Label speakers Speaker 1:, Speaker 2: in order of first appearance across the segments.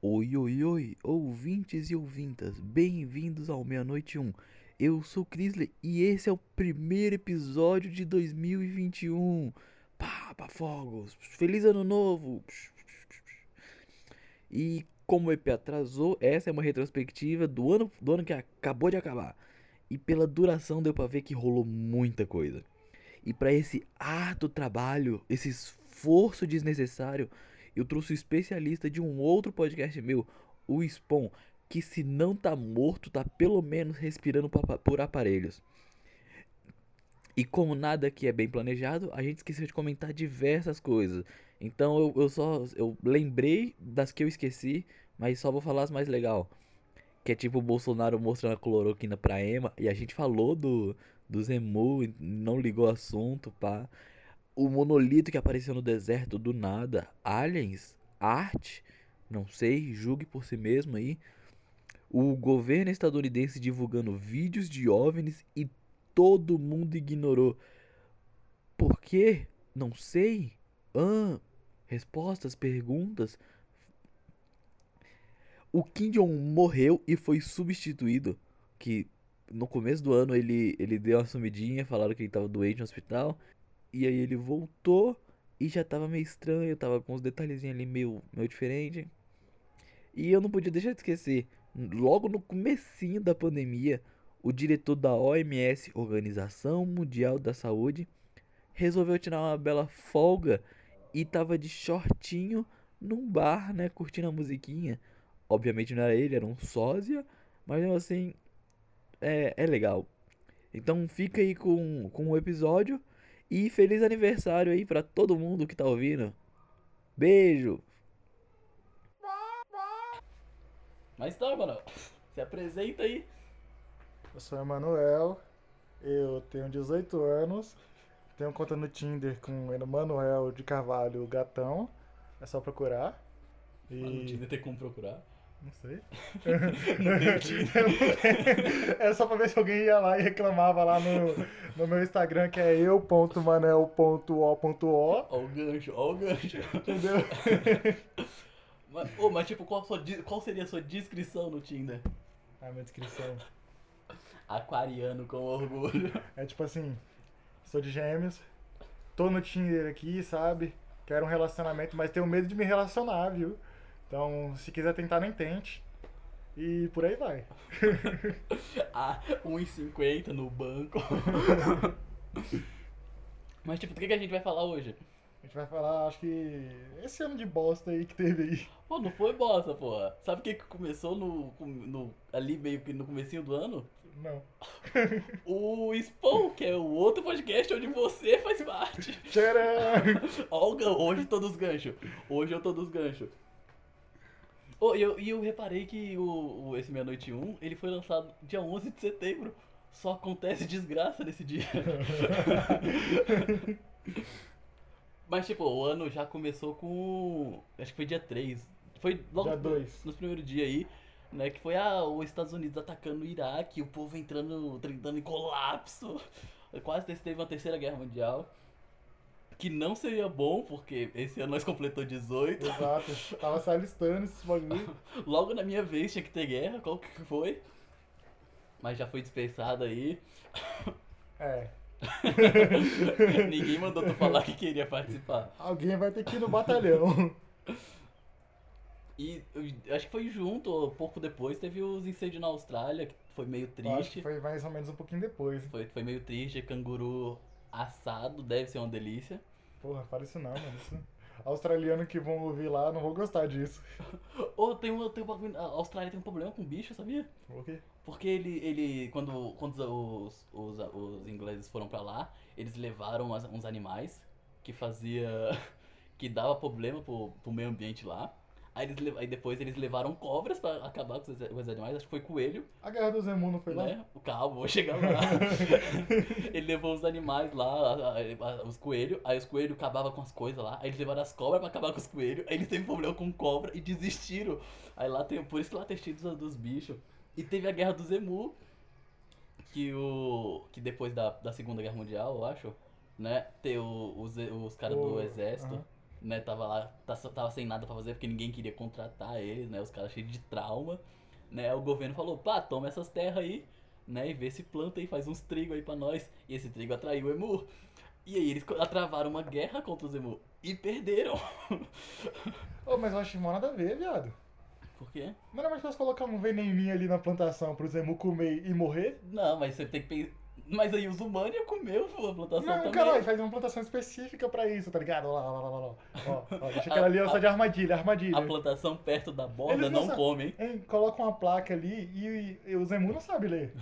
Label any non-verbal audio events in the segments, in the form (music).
Speaker 1: Oi, oi, oi, ouvintes e ouvintas, bem-vindos ao Meia-Noite 1. Eu sou o Crisley e esse é o primeiro episódio de 2021. Pá, pá, um. fogos, feliz ano novo. E como o EP atrasou, essa é uma retrospectiva do ano, do ano que acabou de acabar. E pela duração deu pra ver que rolou muita coisa. E pra esse harto trabalho, esse esforço desnecessário, eu trouxe o especialista de um outro podcast meu, o Spawn, que se não tá morto, tá pelo menos respirando pa- por aparelhos. E como nada aqui é bem planejado, a gente esqueceu de comentar diversas coisas. Então eu, eu só eu lembrei das que eu esqueci, mas só vou falar as mais legal. Que é tipo o Bolsonaro mostrando a cloroquina pra Ema, e a gente falou do, do Zemu, e não ligou o assunto, pá o monolito que apareceu no deserto do nada, aliens, arte, não sei, julgue por si mesmo aí. O governo estadunidense divulgando vídeos de OVNIs e todo mundo ignorou. Por quê? Não sei. Ah, respostas, perguntas. O Kim Jong-un morreu e foi substituído. Que no começo do ano ele, ele deu uma sumidinha, falaram que ele estava doente no hospital. E aí ele voltou e já tava meio estranho, tava com uns detalhezinhos ali meio, meio diferente. E eu não podia deixar de esquecer, logo no comecinho da pandemia, o diretor da OMS, Organização Mundial da Saúde, resolveu tirar uma bela folga e tava de shortinho num bar, né, curtindo a musiquinha. Obviamente não era ele, era um sósia, mas mesmo assim é, é legal. Então fica aí com, com o episódio. E feliz aniversário aí pra todo mundo que tá ouvindo. Beijo! Mas tá, mano. Se apresenta aí.
Speaker 2: Eu sou o Emanuel, eu tenho 18 anos, tenho conta no Tinder com Emanuel de Carvalho Gatão, é só procurar. E...
Speaker 1: Não tinha ter como procurar.
Speaker 2: Não sei.
Speaker 1: Não tem Tinder.
Speaker 2: (laughs) Era É só pra ver se alguém ia lá e reclamava lá no, no meu Instagram, que é eu.manel.o.o.
Speaker 1: Ó o gancho, ó o gancho.
Speaker 2: Entendeu?
Speaker 1: Mas, ô, mas tipo, qual, a sua di- qual seria a sua descrição no Tinder?
Speaker 2: Ah, minha descrição.
Speaker 1: Aquariano com orgulho.
Speaker 2: É tipo assim, sou de gêmeos, tô no Tinder aqui, sabe? Quero um relacionamento, mas tenho medo de me relacionar, viu? Então, se quiser tentar, nem tente. E por aí vai.
Speaker 1: A 1,50 no banco. Mas tipo, do que, que a gente vai falar hoje?
Speaker 2: A gente vai falar, acho que esse ano de bosta aí que teve aí.
Speaker 1: Pô, não foi bosta, porra. Sabe o que, que começou no, no. ali meio que no comecinho do ano?
Speaker 2: Não.
Speaker 1: O Spawn, que é o outro podcast onde você faz parte. (laughs)
Speaker 2: Tcharam!
Speaker 1: Ó, o gan- hoje eu tô nos ganchos. Hoje eu tô nos ganchos. Ô, e, eu, e eu reparei que o, o- esse Meia Noite 1, ele foi lançado dia 11 de setembro. Só acontece desgraça nesse
Speaker 2: (laughs)
Speaker 1: dia. Mas, tipo, o ano já começou com... Acho que foi dia 3. Foi logo
Speaker 2: Dia
Speaker 1: no-
Speaker 2: dois.
Speaker 1: nos primeiros dias aí, né? Que foi ah, os Estados Unidos atacando o Iraque, o povo entrando, entrando em colapso. Quase te- teve uma terceira guerra mundial. Que não seria bom, porque esse ano nós completou 18.
Speaker 2: Exato. Tava se alistando esses bagulho.
Speaker 1: Logo na minha vez tinha que ter guerra, qual que foi? Mas já foi dispensado aí. (laughs)
Speaker 2: É.
Speaker 1: Ninguém mandou tu falar que queria participar.
Speaker 2: Alguém vai ter que ir no batalhão.
Speaker 1: E eu acho que foi junto, ou pouco depois, teve os incêndios na Austrália, que foi meio
Speaker 2: Eu Acho que
Speaker 1: triste.
Speaker 2: foi mais ou menos um pouquinho depois.
Speaker 1: Foi, foi meio triste, canguru assado, deve ser uma delícia.
Speaker 2: Porra, fala isso não, mano. Isso... Australiano que vão ouvir lá, não vou gostar disso.
Speaker 1: Ou tem um, tem um bagulho. A Austrália tem um problema com bicho, sabia?
Speaker 2: O quê?
Speaker 1: Porque ele. ele quando quando os, os, os ingleses foram pra lá, eles levaram as- uns animais que fazia. (laughs) que dava problema pro, pro meio ambiente lá. Aí, eles, le- aí depois eles levaram cobras pra acabar com os, com os animais, acho que foi coelho,
Speaker 2: A guerra do Zemu não foi lá?
Speaker 1: né? O calmo, (laughs) vou chegar lá. ele levou os animais lá, a- a- a- os coelhos, aí os coelhos acabavam com as coisas lá, aí eles levaram as cobras pra acabar com os coelhos, aí eles teve problema com cobra e desistiram. Aí lá tem, por isso que lá tem cheio dos, dos bichos. E teve a guerra do Zemu, que o. que depois da, da Segunda Guerra Mundial, eu acho, né? Tem o, os, os caras do
Speaker 2: O-
Speaker 1: exército.
Speaker 2: aham.
Speaker 1: né? Tava lá, tá- tava sem nada pra fazer porque ninguém queria contratar ele, né? Os caras cheios de trauma, né? O governo falou, pá, toma essas terras aí, né? E vê se planta aí, faz uns trigo aí pra nós. E esse trigo atraiu o Emu. E aí eles co- travaram uma guerra contra os Emu e perderam. (laughs)
Speaker 2: Ô, mas eu acho mó nada a ver, viado.
Speaker 1: Por quê?
Speaker 2: Mas não é mais fácil colocar um veneninho ali na plantação pro Zemu comer e morrer?
Speaker 1: Não, mas você tem que pensar. Mas aí os humanos iam comer a plantação
Speaker 2: Não,
Speaker 1: também.
Speaker 2: caralho, faz uma plantação específica pra isso, tá ligado? Ó, lá, ó, lá, ó, lá, ó. Ó,
Speaker 1: (laughs)
Speaker 2: ó, deixa aquela ali, ó, só de armadilha, armadilha.
Speaker 1: A plantação perto da borda
Speaker 2: Eles
Speaker 1: não,
Speaker 2: não sa-
Speaker 1: comem.
Speaker 2: Hein, coloca uma placa ali e, e o Zemu não sabe ler.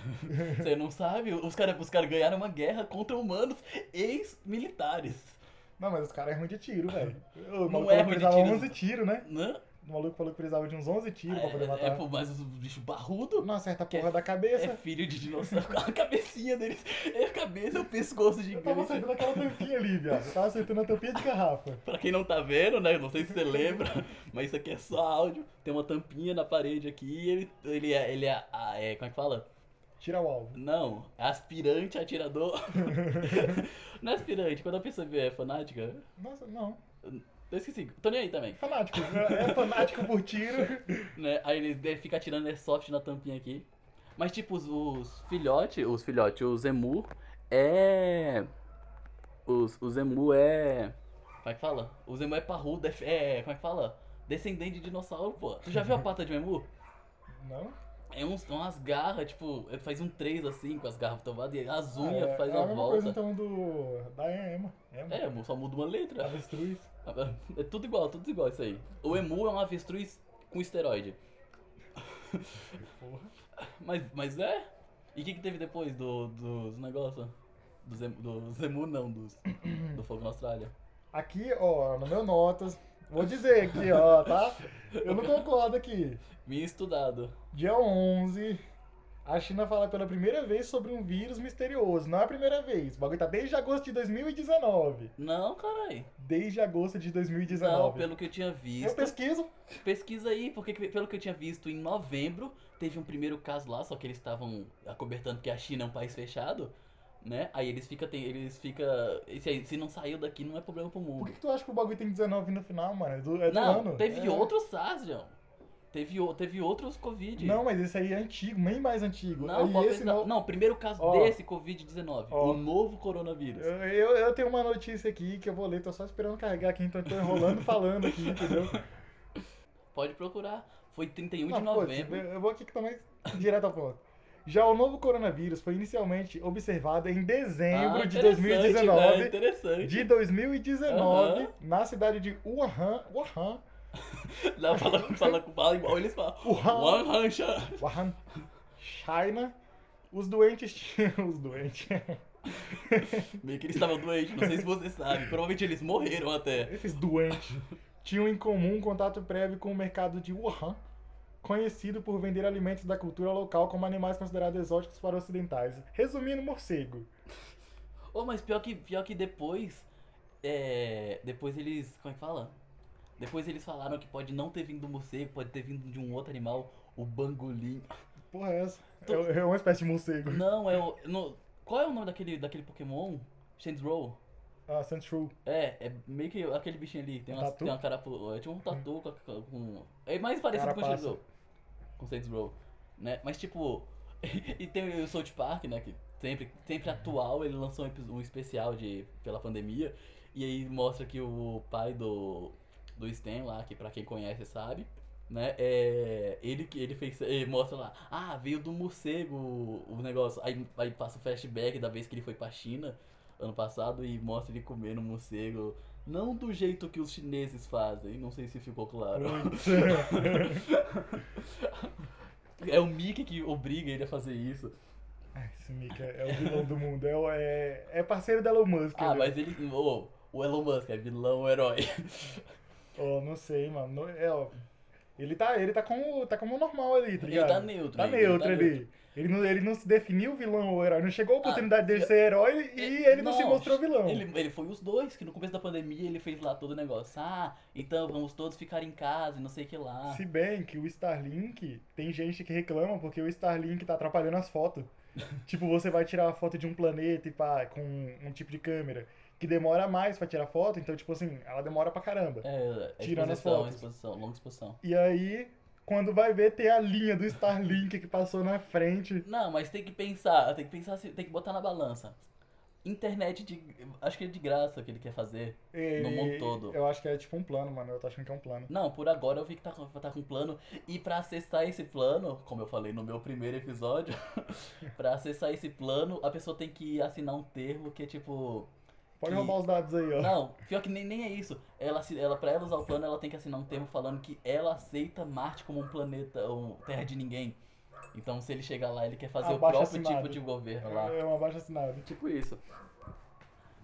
Speaker 1: Você não sabe? Os caras os cara ganharam uma guerra contra humanos ex-militares.
Speaker 2: Não, mas os caras é ruim de tiro, velho. O
Speaker 1: Não
Speaker 2: maluco
Speaker 1: é
Speaker 2: falou
Speaker 1: ruim de
Speaker 2: que precisava
Speaker 1: tiro.
Speaker 2: 11 tiros, né?
Speaker 1: Né?
Speaker 2: O maluco falou que precisava de uns 11 tiros pra poder
Speaker 1: É,
Speaker 2: matar.
Speaker 1: é, pô, mas os bichos barrudo
Speaker 2: Não acerta a
Speaker 1: Que é-
Speaker 2: porra da
Speaker 1: é
Speaker 2: cabeça.
Speaker 1: filho de dinossauro. A cabecinha deles é a cabeça, o pescoço
Speaker 2: Eu
Speaker 1: gigante.
Speaker 2: tava acertando aquela tampinha ali, viado. Eu tava acertando a tampinha de garrafa.
Speaker 1: Pra quem não tá vendo, né? Não sei
Speaker 2: (laughs)
Speaker 1: se você lembra, mas isso aqui é só áudio. Tem uma tampinha na parede aqui e ele, ele, é, ele é, ah, é. Como é que fala?
Speaker 2: Tira o alvo.
Speaker 1: Não, é aspirante
Speaker 2: (laughs)
Speaker 1: atirador. (laughs) não é aspirante, quando a pessoa é fanática.
Speaker 2: Nossa, não.
Speaker 1: Eu esqueci, tô nem aí também.
Speaker 2: Fanático. É fanático por tiro.
Speaker 1: né? Aí ele deve ficar tirando airsoft na tampinha aqui. Mas tipo, os, os filhotes, os filhotes, os emu é. Os, os emu é. Como é que fala? Os emu é parrudo, é, é. Como é que fala? Descendente de dinossauro, pô. Tu
Speaker 2: (laughs)
Speaker 1: já viu a pata de um emu?
Speaker 2: Não?
Speaker 1: É uns, umas garras, tipo, ele faz um 3 assim com as garras tomadas e as
Speaker 2: Ah,
Speaker 1: unhas
Speaker 2: é,
Speaker 1: faz
Speaker 2: é a
Speaker 1: uma
Speaker 2: mesma
Speaker 1: volta.
Speaker 2: coisa então do. Da Ema. Ema.
Speaker 1: É, emu, só muda uma letra.
Speaker 2: Avestruz.
Speaker 1: (laughs) É tudo igual, tudo igual isso aí. O emu é um avestruz com esteroide.
Speaker 2: Porra.
Speaker 1: Mas, mas é? E o que, que teve depois do, dos negócios? Do Zemu, do Zemu não, dos, do Fogo na Austrália.
Speaker 2: Aqui, ó, no meu Notas. Vou dizer aqui, ó, tá? Eu não concordo aqui.
Speaker 1: Me estudado.
Speaker 2: Dia 11, a China fala pela primeira vez sobre um vírus misterioso. Não é a primeira vez. O bagulho tá desde agosto de 2019.
Speaker 1: Não, carai.
Speaker 2: Desde agosto de 2019.
Speaker 1: Não, pelo que eu tinha
Speaker 2: Eu
Speaker 1: visto.
Speaker 2: pesquiso.
Speaker 1: Pesquisa aí, porque que- pelo que eu tinha visto em novembro, teve um primeiro caso lá, só que eles estavam acobertando porque a China é um país fechado, né? Aí eles fica, tem, eles fica, e se, se não saiu daqui não é problema pro
Speaker 2: Por
Speaker 1: mundo.
Speaker 2: que, que tu acha que o bagulho tem 19 no final, mano? É do, é do
Speaker 1: não,
Speaker 2: ano.
Speaker 1: teve
Speaker 2: É.
Speaker 1: outros SARS, João. Teve, o- teve outros Covid.
Speaker 2: Não, mas esse aí é antigo, bem mais antigo.
Speaker 1: Não,
Speaker 2: e
Speaker 1: pode
Speaker 2: esse
Speaker 1: pensar-
Speaker 2: não.
Speaker 1: não, primeiro caso
Speaker 2: Ó.
Speaker 1: desse Covid-19,
Speaker 2: Ó.
Speaker 1: o novo coronavírus.
Speaker 2: Eu, eu, eu tenho uma notícia aqui que eu vou ler, tô só esperando carregar aqui, então eu tô enrolando (laughs) falando aqui, entendeu?
Speaker 1: Pode procurar. Foi 31 de
Speaker 2: Não, pô,
Speaker 1: novembro.
Speaker 2: eu vou aqui que também direto ao ponto. Já o novo coronavírus foi inicialmente observado em dezembro
Speaker 1: Ah,
Speaker 2: de
Speaker 1: interessante, né?
Speaker 2: 2019.
Speaker 1: Interessante.
Speaker 2: De 2019,
Speaker 1: Aham.
Speaker 2: na cidade de Wuhan, Wuhan,
Speaker 1: Não, fala, fala, com- fala igual eles
Speaker 2: (laughs)
Speaker 1: falam.
Speaker 2: Wuhan,
Speaker 1: One Rancha.
Speaker 2: Wuhan, China, os doentes tinham. (laughs) Os doentes.
Speaker 1: Meio que eles estavam doentes, não sei se você sabe. Provavelmente eles morreram até.
Speaker 2: Esses doentes tinham em comum um contato prévio com o mercado de Wuhan, conhecido por vender alimentos da cultura local como animais considerados exóticos para ocidentais. Resumindo, morcego.
Speaker 1: Oh, mas pior que, pior que depois. é, depois eles. Como é que fala? Depois eles falaram que pode não ter vindo do morcego, pode ter vindo de um outro animal, o bangolim.
Speaker 2: Porra, é essa?
Speaker 1: Tu-
Speaker 2: É, é uma espécie de morcego.
Speaker 1: Não, é o. no- qual é o nome daquele, daquele Pokémon? Shandrow?
Speaker 2: Ah, Sandshrew.
Speaker 1: É, é meio que aquele bichinho ali, tem,
Speaker 2: Um
Speaker 1: umas,
Speaker 2: tatu?
Speaker 1: tem uma carapu... é tipo um tatu com, a- com- É mais parecido com o Saints
Speaker 2: Carapaça.
Speaker 1: Row. Com Saints Row, né? Mas tipo... (laughs) e tem o South Park, né? Que sempre, sempre atual, ele lançou um, epi- um especial de, pela pandemia. E aí mostra que o pai do, do Stan lá, que pra quem conhece sabe... Né? É, ele que ele fez ele mostra lá, ah, veio do morcego o o negócio. Aí, aí passa o flashback da vez que ele foi pra China ano passado e mostra ele comendo um morcego. Não do jeito que os chineses fazem, não sei se ficou claro. É o Mickey que obriga ele a fazer isso.
Speaker 2: (laughs) Ai, Esse Mika é o vilão do mundo. É, o- é, é parceiro da Elon Musk.
Speaker 1: Ah,
Speaker 2: né?
Speaker 1: mas ele. ô, o Elon Musk é vilão herói.
Speaker 2: Ó, não sei, mano. Não- é, ó, ele tá, ele tá como, tá como normal ali, tá
Speaker 1: Ele
Speaker 2: ligado?
Speaker 1: tá neutro.
Speaker 2: Tá
Speaker 1: ele-
Speaker 2: neutro
Speaker 1: ele tá
Speaker 2: ali. Ele não, ele não se definiu vilão ou herói. Não chegou a
Speaker 1: Ah,
Speaker 2: oportunidade dele
Speaker 1: eu-
Speaker 2: ser herói e ele, não, se mostrou vilão.
Speaker 1: Ele, ele foi os dois, que no começo da pandemia ele fez lá todo o negócio. Ah, então vamos todos ficar em casa e não sei o que lá. (laughs)
Speaker 2: Se bem que o Starlink, tem gente que reclama porque o Starlink tá atrapalhando as fotos. tipo, você vai tirar uma foto de um planeta e pá, com um tipo de câmera que demora mais pra tirar foto, então, tipo assim, ela demora pra caramba.
Speaker 1: É, é
Speaker 2: Tirando as
Speaker 1: exposição,
Speaker 2: fotos.
Speaker 1: exposição, longa exposição.
Speaker 2: E aí, quando vai ver, tem a linha do Starlink que passou na frente.
Speaker 1: Não, mas tem que pensar, tem que pensar, se- tem que botar na balança. Internet de. Acho que é de graça que ele quer fazer.
Speaker 2: E-
Speaker 1: No mundo todo.
Speaker 2: Eu acho que é tipo um plano, mano. Eu tô achando que é um plano.
Speaker 1: Não, por agora eu vi que tá, com- tá com plano. E pra acessar esse plano, como eu falei no meu primeiro episódio, (laughs) pra acessar esse plano, a pessoa tem que assinar um termo que é tipo.
Speaker 2: Pode
Speaker 1: Que-
Speaker 2: roubar os dados aí, ó.
Speaker 1: Não, pior que nem, nem é isso. Ela, assi- ela, pra ela usar o plano, ela tem que assinar um termo falando que ela aceita Marte como um planeta, ou terra de ninguém. Então se ele chegar lá, ele quer fazer o
Speaker 2: Abaixo
Speaker 1: próprio
Speaker 2: assinado.
Speaker 1: tipo de governo lá.
Speaker 2: É uma baixa assinada.
Speaker 1: Tipo isso.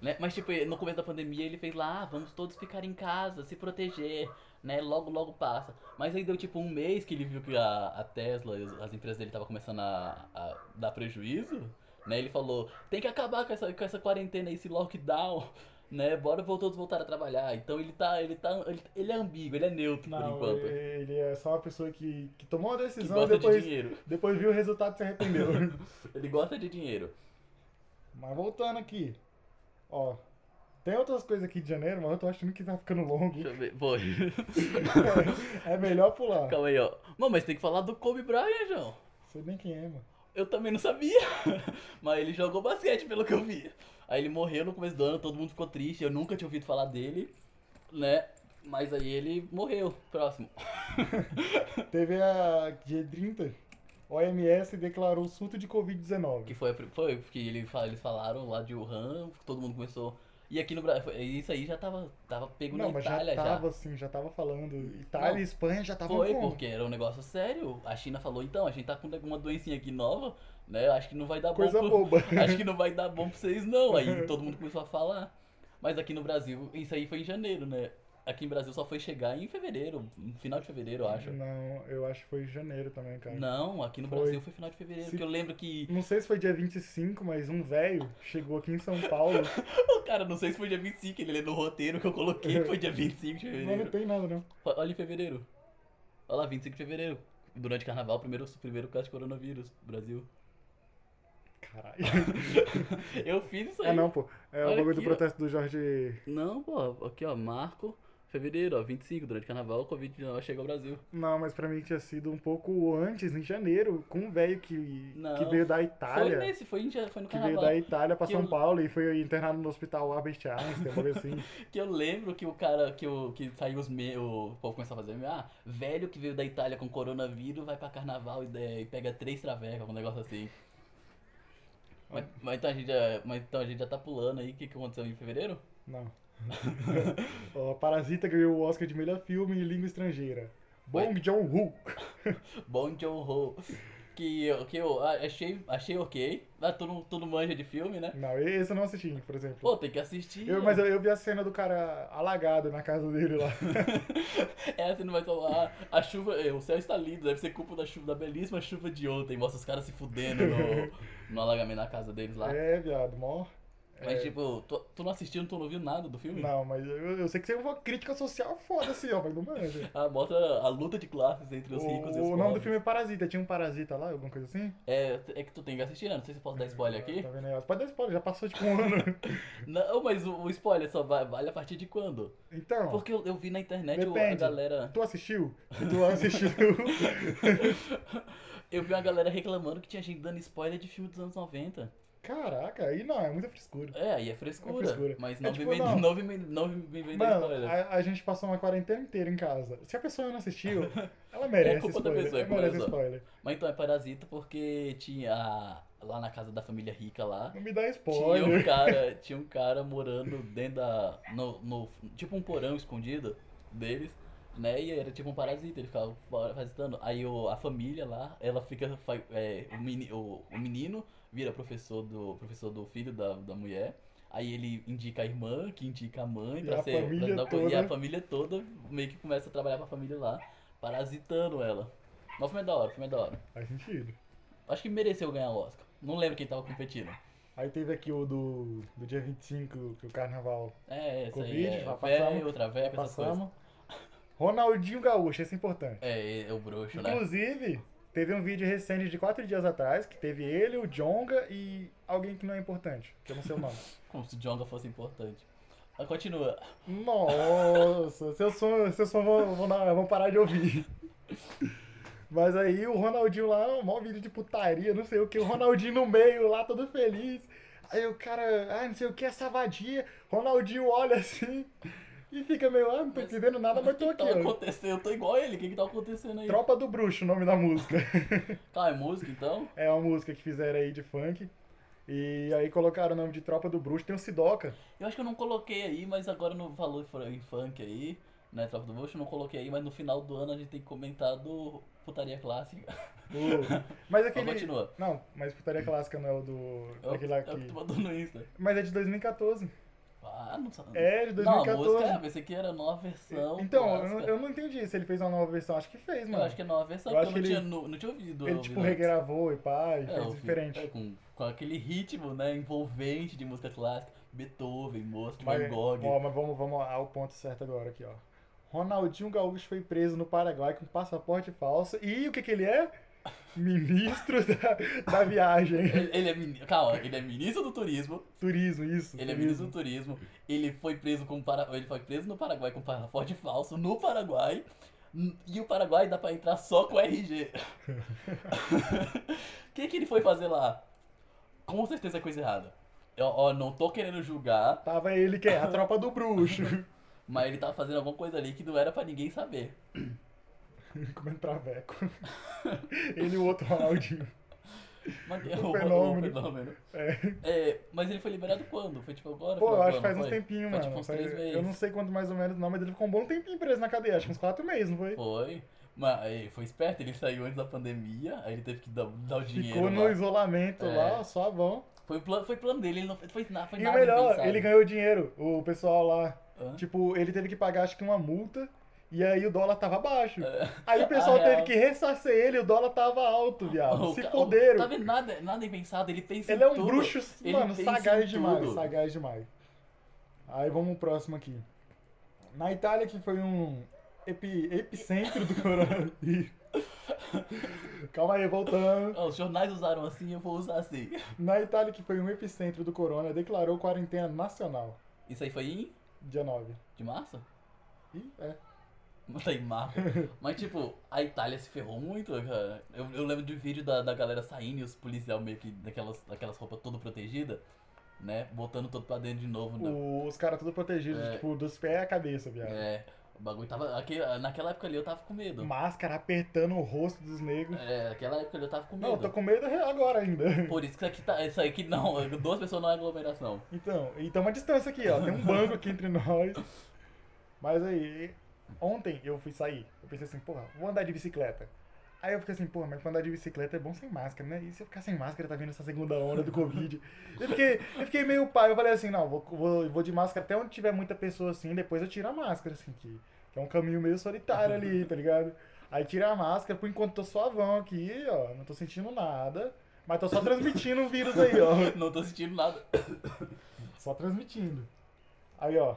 Speaker 1: Né? Mas, tipo, no começo da pandemia ele fez lá, ah, vamos todos ficar em casa, se proteger, né? Logo, logo passa. Mas aí deu tipo um mês que ele viu que a, a Tesla, e os- as empresas dele estavam começando a, a dar prejuízo, né? Ele falou, tem que acabar com essa, com essa quarentena, esse lockdown, né? Bora vol- todos voltar a trabalhar. Então ele tá, ele tá, ele, ele é ambíguo, ele é neutro por
Speaker 2: Não,
Speaker 1: enquanto.
Speaker 2: ele é só uma pessoa que, que tomou uma
Speaker 1: Que
Speaker 2: decisão e
Speaker 1: gosta de
Speaker 2: depois,
Speaker 1: dinheiro.
Speaker 2: depois viu o resultado e se arrependeu. (laughs)
Speaker 1: Ele gosta de dinheiro.
Speaker 2: mas voltando aqui. Ó. Tem outras coisas aqui de janeiro, mas eu tô achando que tá
Speaker 1: (laughs)
Speaker 2: ficando longo.
Speaker 1: Deixa eu ver.
Speaker 2: (laughs)
Speaker 1: Foi.
Speaker 2: é melhor pular.
Speaker 1: Calma aí, ó. Mano, mas tem que falar do Kobe Bryant, João.
Speaker 2: Sei nem quem é, mano.
Speaker 1: Eu também não sabia. (laughs) Mas ele jogou basquete, pelo que eu vi. Aí ele morreu no começo do ano, todo mundo ficou triste. Eu nunca tinha ouvido falar dele, né? Mas aí ele morreu. Próximo.
Speaker 2: Teve a G30. OMS declarou surto de
Speaker 1: Que
Speaker 2: Covid-19.
Speaker 1: foi, a pri- foi que ele, fa- eles falaram lá de Wuhan, todo mundo começou. E aqui no Brasil, isso aí já tava, tava pego
Speaker 2: Não,
Speaker 1: na
Speaker 2: mas
Speaker 1: Itália
Speaker 2: já
Speaker 1: já.
Speaker 2: tava assim, já tava falando. Itália
Speaker 1: Não.
Speaker 2: e Espanha já tava
Speaker 1: Foi,
Speaker 2: como?
Speaker 1: porque era um negócio sério. A China falou, então, a gente tá com uma doencinha aqui nova, né? Acho que não vai dar
Speaker 2: Coisa
Speaker 1: bom pro-
Speaker 2: boba.
Speaker 1: (laughs)
Speaker 2: (laughs)
Speaker 1: Acho que não vai dar bom pra vocês não. Aí todo mundo começou a falar. Mas aqui no Brasil, isso aí foi em janeiro, né? Aqui no Brasil só foi chegar em fevereiro, no final de fevereiro, eu acho.
Speaker 2: Não, eu acho que foi em janeiro também, Hum, cara. Não,
Speaker 1: Não, aqui no
Speaker 2: Foi.
Speaker 1: Brasil foi final de fevereiro,
Speaker 2: Se-
Speaker 1: porque eu lembro que.
Speaker 2: sei se foi dia 25, mas um velho chegou aqui em São
Speaker 1: (laughs)
Speaker 2: Paulo.
Speaker 1: Cara, não sei se foi dia 25, ele lê no roteiro que eu coloquei, que foi dia 25 de
Speaker 2: mas não
Speaker 1: fevereiro.
Speaker 2: tem nada, não.
Speaker 1: Olha em fevereiro. Olha lá, 25 de fevereiro. Durante carnaval, primeiro, primeiro caso de coronavírus, Brasil.
Speaker 2: Caralho.
Speaker 1: Eu fiz isso aí.
Speaker 2: ah, não, pô. É o
Speaker 1: Olha
Speaker 2: bagulho do
Speaker 1: aqui, ó.
Speaker 2: protesto do Jorge.
Speaker 1: Não, pô, aqui ó, marco, fevereiro, ó, 25, durante carnaval, o Covid-19 chega ao Brasil.
Speaker 2: Não, mas pra mim tinha sido um pouco antes, em janeiro, com um velho que,
Speaker 1: Não.
Speaker 2: que veio da
Speaker 1: Foi
Speaker 2: Itália.
Speaker 1: nesse, foi, em ja- foi no
Speaker 2: que veio
Speaker 1: carnaval.
Speaker 2: da Itália pra
Speaker 1: Que
Speaker 2: São
Speaker 1: eu-
Speaker 2: Paulo e foi internado no hospital Albert Einstein, um
Speaker 1: (laughs)
Speaker 2: bagulho assim.
Speaker 1: Que eu lembro que o cara, que, o, que saiu os meus, o povo começou a fazer, meme, ah, velho que veio da Itália com coronavírus, vai pra carnaval e, de- e pega três travecas, um negócio assim. Mas,
Speaker 2: É.
Speaker 1: mas então a gente já, mas então a gente já tá pulando aí, o que, que aconteceu em fevereiro?
Speaker 2: Não. (laughs) Ó, Parasita ganhou o Oscar de melhor filme em língua estrangeira. Bong Joon-ho.
Speaker 1: Bom Joe Ho. Que, eu- que eu ah, achei, achei ok. Ah, tu não, tu não manja de filme, né?
Speaker 2: Não, esse eu não assisti, por exemplo.
Speaker 1: Pô, tem que assistir. né?
Speaker 2: Eu- mas eu, eu vi a cena do cara alagado na casa dele lá.
Speaker 1: (laughs) Essa não vai salvar. A chuva, é, o céu está lindo, deve ser culpa da chuva, da belíssima chuva de ontem. Mostra os caras se fudendo
Speaker 2: (laughs)
Speaker 1: no, no alagamento da casa deles lá.
Speaker 2: É, viado, mó.
Speaker 1: Mas tipo, tu, tu não assistiu, tu não viu nada do filme?
Speaker 2: Não, É. mas eu, eu sei que você é uma crítica social foda assim, ó, mas
Speaker 1: (laughs)
Speaker 2: não manja.
Speaker 1: Ah, mostra a luta de classes entre os ricos e
Speaker 2: O,
Speaker 1: os
Speaker 2: o nome do
Speaker 1: pobres.
Speaker 2: filme é Parasita, tinha um parasita lá, alguma coisa assim?
Speaker 1: É, é que tu tem que assistir, né? Não sei se eu posso dar spoiler aqui.
Speaker 2: Tá vendo aí? ó? Pode dar spoiler, já passou tipo um ano. (laughs)
Speaker 1: Não, mas o, o spoiler só vai- vale a partir de quando?
Speaker 2: Então,
Speaker 1: Porque eu, eu vi na internet o- a
Speaker 2: Depende.
Speaker 1: galera.
Speaker 2: tu assistiu? Se tu assistiu, (laughs)
Speaker 1: Eu vi uma galera reclamando que tinha gente dando spoiler de filme dos anos 90.
Speaker 2: Caraca, aí não, é muita frescura.
Speaker 1: É, aí é frescura.
Speaker 2: frescura.
Speaker 1: Mas
Speaker 2: É
Speaker 1: não,
Speaker 2: tipo,
Speaker 1: me, vem-
Speaker 2: não.
Speaker 1: não. me vem- não me vender
Speaker 2: Mano, é-
Speaker 1: spoiler.
Speaker 2: a, a gente passou uma quarentena inteira em casa. Se a pessoa não
Speaker 1: (laughs)
Speaker 2: assistiu, ela merece
Speaker 1: É culpa da
Speaker 2: spoiler.
Speaker 1: pessoa, é
Speaker 2: ela
Speaker 1: culpa da
Speaker 2: merece
Speaker 1: pessoa.
Speaker 2: spoiler.
Speaker 1: Mas então é parasita porque tinha a- lá na casa da família rica lá.
Speaker 2: Não me dá
Speaker 1: Tinha um
Speaker 2: spoiler.
Speaker 1: cara, tinha um cara morando dentro da no, no- tipo um porão escondido deles, né? E era tipo um parasita, ele ficava parasitando. Aí o- a família lá, ela fica fa- é, o, meni- o- o menino vira professor do professor do filho da, da mulher. Aí ele indica a irmã, que indica a mãe
Speaker 2: E
Speaker 1: pra
Speaker 2: a
Speaker 1: ser
Speaker 2: família
Speaker 1: pra- pra- e a
Speaker 2: toda.
Speaker 1: família toda meio que começa a trabalhar pra família lá, parasitando ela. Mas o filme é da hora, o filme é da hora.
Speaker 2: Faz sentido.
Speaker 1: Acho que mereceu ganhar o Oscar. Não lembro quem tava competindo.
Speaker 2: Aí teve aqui o do, do dia 25, que o carnaval
Speaker 1: É, essa
Speaker 2: Covid,
Speaker 1: aí. É,
Speaker 2: já
Speaker 1: véia,
Speaker 2: passamos,
Speaker 1: outra véia, essas coisas.
Speaker 2: passamos. Ronaldinho Gaúcho, esse é importante.
Speaker 1: É, é o bruxo, né?
Speaker 2: Inclusive, Teve um vídeo recente de quatro dias atrás que teve ele, o Jonga e alguém que não é importante, que eu não sei o nome.
Speaker 1: Como se o Jonga fosse importante. Mas continua.
Speaker 2: Nossa, seus fãs, seus fãs vão, vão, na- vão parar de ouvir. Mas aí o Ronaldinho lá, um maior vídeo de putaria, não sei o que, o Ronaldinho no meio lá, todo feliz. Aí o cara, ai, não sei o que, essa vadia. Ronaldinho olha assim e fica meio, ah, não tô entendendo nada, mas tô
Speaker 1: O que
Speaker 2: aqui.
Speaker 1: tá
Speaker 2: ó.
Speaker 1: acontecendo? Eu tô igual a ele. O que que tá acontecendo aí?
Speaker 2: Tropa do Bruxo, o nome da música.
Speaker 1: Tá, é música então?
Speaker 2: É uma música que fizeram aí de funk. E aí colocaram o nome de Tropa do Bruxo, tem o Sidoca.
Speaker 1: Eu acho que eu não coloquei aí, mas agora no valor fr- em funk aí, né? Tropa do Bush, eu não coloquei aí, mas no final do ano a gente tem que comentar do Putaria Clássica. (laughs)
Speaker 2: O- Mas
Speaker 1: Mas
Speaker 2: aquele.
Speaker 1: continua.
Speaker 2: Não, mas putaria clássica não é o do.
Speaker 1: Eu,
Speaker 2: Aquele lá
Speaker 1: eu
Speaker 2: que.
Speaker 1: tô mandando no Insta.
Speaker 2: Mas é de 2014.
Speaker 1: Ah, não sabe.
Speaker 2: É, de
Speaker 1: Não, a música é,
Speaker 2: 2014.
Speaker 1: pensei que era a nova versão.
Speaker 2: então, eu
Speaker 1: clássica.
Speaker 2: não, eu não entendi se ele fez uma nova versão. Acho que fez,
Speaker 1: Eu
Speaker 2: mano.
Speaker 1: acho que é nova versão,
Speaker 2: Eu
Speaker 1: porque eu
Speaker 2: acho
Speaker 1: não
Speaker 2: que
Speaker 1: tinha,
Speaker 2: ele-
Speaker 1: nu- não tinha ouvido. né?
Speaker 2: Ele,
Speaker 1: ouvido
Speaker 2: tipo,
Speaker 1: antes.
Speaker 2: regravou e pá,
Speaker 1: É,
Speaker 2: e
Speaker 1: eu
Speaker 2: fez
Speaker 1: vi- é,
Speaker 2: diferente.
Speaker 1: com, com aquele ritmo, né, envolvente de música clássica. Beethoven, Mozart, Van
Speaker 2: Mas,
Speaker 1: Gogh.
Speaker 2: ó, mas vamos, vamos ao ponto certo agora aqui, ó. Ronaldinho Gaúcho foi preso no Paraguai com passaporte falso. E o que que
Speaker 1: (laughs)
Speaker 2: ele é? Ministro da, da viagem.
Speaker 1: Ele, ele é mini- calma, ele é ministro do turismo.
Speaker 2: Turismo, isso.
Speaker 1: Ele é ministro
Speaker 2: turismo.
Speaker 1: do turismo. Ele foi preso com para, ele foi preso no Paraguai com passaporte falso no Paraguai. N- E o Paraguai dá pra entrar só com RG. O (laughs) que que ele foi fazer lá? Com certeza é coisa errada. Eu, ó, não tô querendo julgar,
Speaker 2: Tava ele que é a tropa do bruxo. (laughs)
Speaker 1: mas ele tava fazendo alguma coisa ali que não era pra ninguém saber.
Speaker 2: Comendo traveco.
Speaker 1: (laughs)
Speaker 2: ele e o outro Ronaldinho.
Speaker 1: Mas
Speaker 2: O
Speaker 1: é o- o
Speaker 2: fenômeno.
Speaker 1: fenômeno.
Speaker 2: É.
Speaker 1: É, mas ele foi liberado quando? Foi tipo agora?
Speaker 2: Pô, eu
Speaker 1: final do
Speaker 2: acho
Speaker 1: ano,
Speaker 2: que faz um uns
Speaker 1: foi?
Speaker 2: tempinho,
Speaker 1: Foi,
Speaker 2: mano.
Speaker 1: tipo, uns
Speaker 2: Foi-
Speaker 1: três meses.
Speaker 2: Eu não sei quanto mais ou menos não, mas ele ficou um bom tempinho preso na cadeia, acho que uns quatro meses, não foi?
Speaker 1: Foi. Mas é, foi esperto, ele saiu antes da pandemia, aí ele teve que dar, dar o dinheiro.
Speaker 2: Ficou
Speaker 1: lá.
Speaker 2: no isolamento
Speaker 1: É.
Speaker 2: lá, só vão.
Speaker 1: Foi, o plan, foi plano dele, ele não fez, foi, na- foi
Speaker 2: E o
Speaker 1: nada
Speaker 2: melhor,
Speaker 1: impensado.
Speaker 2: ele ganhou dinheiro, o pessoal lá.
Speaker 1: Hã?
Speaker 2: Tipo, ele teve que pagar acho que uma multa. E aí o dólar tava baixo.
Speaker 1: É.
Speaker 2: Aí o pessoal
Speaker 1: Ah,
Speaker 2: teve
Speaker 1: real.
Speaker 2: que ressarcer ele, o dólar tava alto,
Speaker 1: (laughs)
Speaker 2: viado.
Speaker 1: O
Speaker 2: Se
Speaker 1: ca- o-
Speaker 2: fuderam.
Speaker 1: Tá vendo? Nada, nada impensado, ele pensa
Speaker 2: Ele
Speaker 1: em
Speaker 2: é um
Speaker 1: tudo.
Speaker 2: bruxo,
Speaker 1: Ele
Speaker 2: mano,
Speaker 1: pensa em
Speaker 2: sagaz demais,
Speaker 1: tudo.
Speaker 2: sagaz demais. Aí vamos pro próximo aqui. Na Itália, que foi um epi- epicentro do coronavírus. (laughs) Calma aí, voltando.
Speaker 1: Ó, os jornais usaram assim, eu vou usar assim.
Speaker 2: Na Itália, que foi um epicentro do corona, declarou quarentena nacional,
Speaker 1: Isso aí foi em?
Speaker 2: dia 9.
Speaker 1: De março?
Speaker 2: Ih, é.
Speaker 1: Não tem
Speaker 2: (laughs)
Speaker 1: mapa. Mas, tipo, a Itália se ferrou muito, cara. Eu, eu lembro de um vídeo da, da galera saindo e os policiais meio que daquelas, daquelas roupas toda protegida, né? Botando todo pra dentro de novo. né?
Speaker 2: O- os caras tudo protegidos,
Speaker 1: É.
Speaker 2: tipo, dos pés à cabeça, viado.
Speaker 1: É, o bagulho tava. aque- naquela época ali eu tava com medo.
Speaker 2: Máscara apertando o rosto dos negros.
Speaker 1: É, naquela época ali eu tava com
Speaker 2: Não,
Speaker 1: medo.
Speaker 2: eu tô com medo agora ainda.
Speaker 1: Por isso que isso aqui, tá, isso aqui não, (laughs) duas pessoas não é aglomeração.
Speaker 2: Então, e tá uma distância aqui, ó. Tem um banco aqui entre nós. Mas aí, ontem eu fui sair. Eu pensei assim, porra, vou andar de bicicleta. Aí eu fiquei assim, porra, mas pra andar de bicicleta é bom sem máscara, né? E se eu ficar sem máscara, tá vindo essa segunda onda do Covid. Eu fiquei, eu fiquei meio pai. Eu falei assim, não, vou, vou, vou de máscara até onde tiver muita pessoa assim, depois eu tiro a máscara, assim, que, que é um caminho meio solitário ali, tá ligado? Aí tirei a máscara, por enquanto tô suavão aqui, ó. Não tô sentindo nada. Mas tô só transmitindo o vírus
Speaker 1: (laughs)
Speaker 2: aí, ó.
Speaker 1: Não tô sentindo nada.
Speaker 2: Só transmitindo. Aí, ó.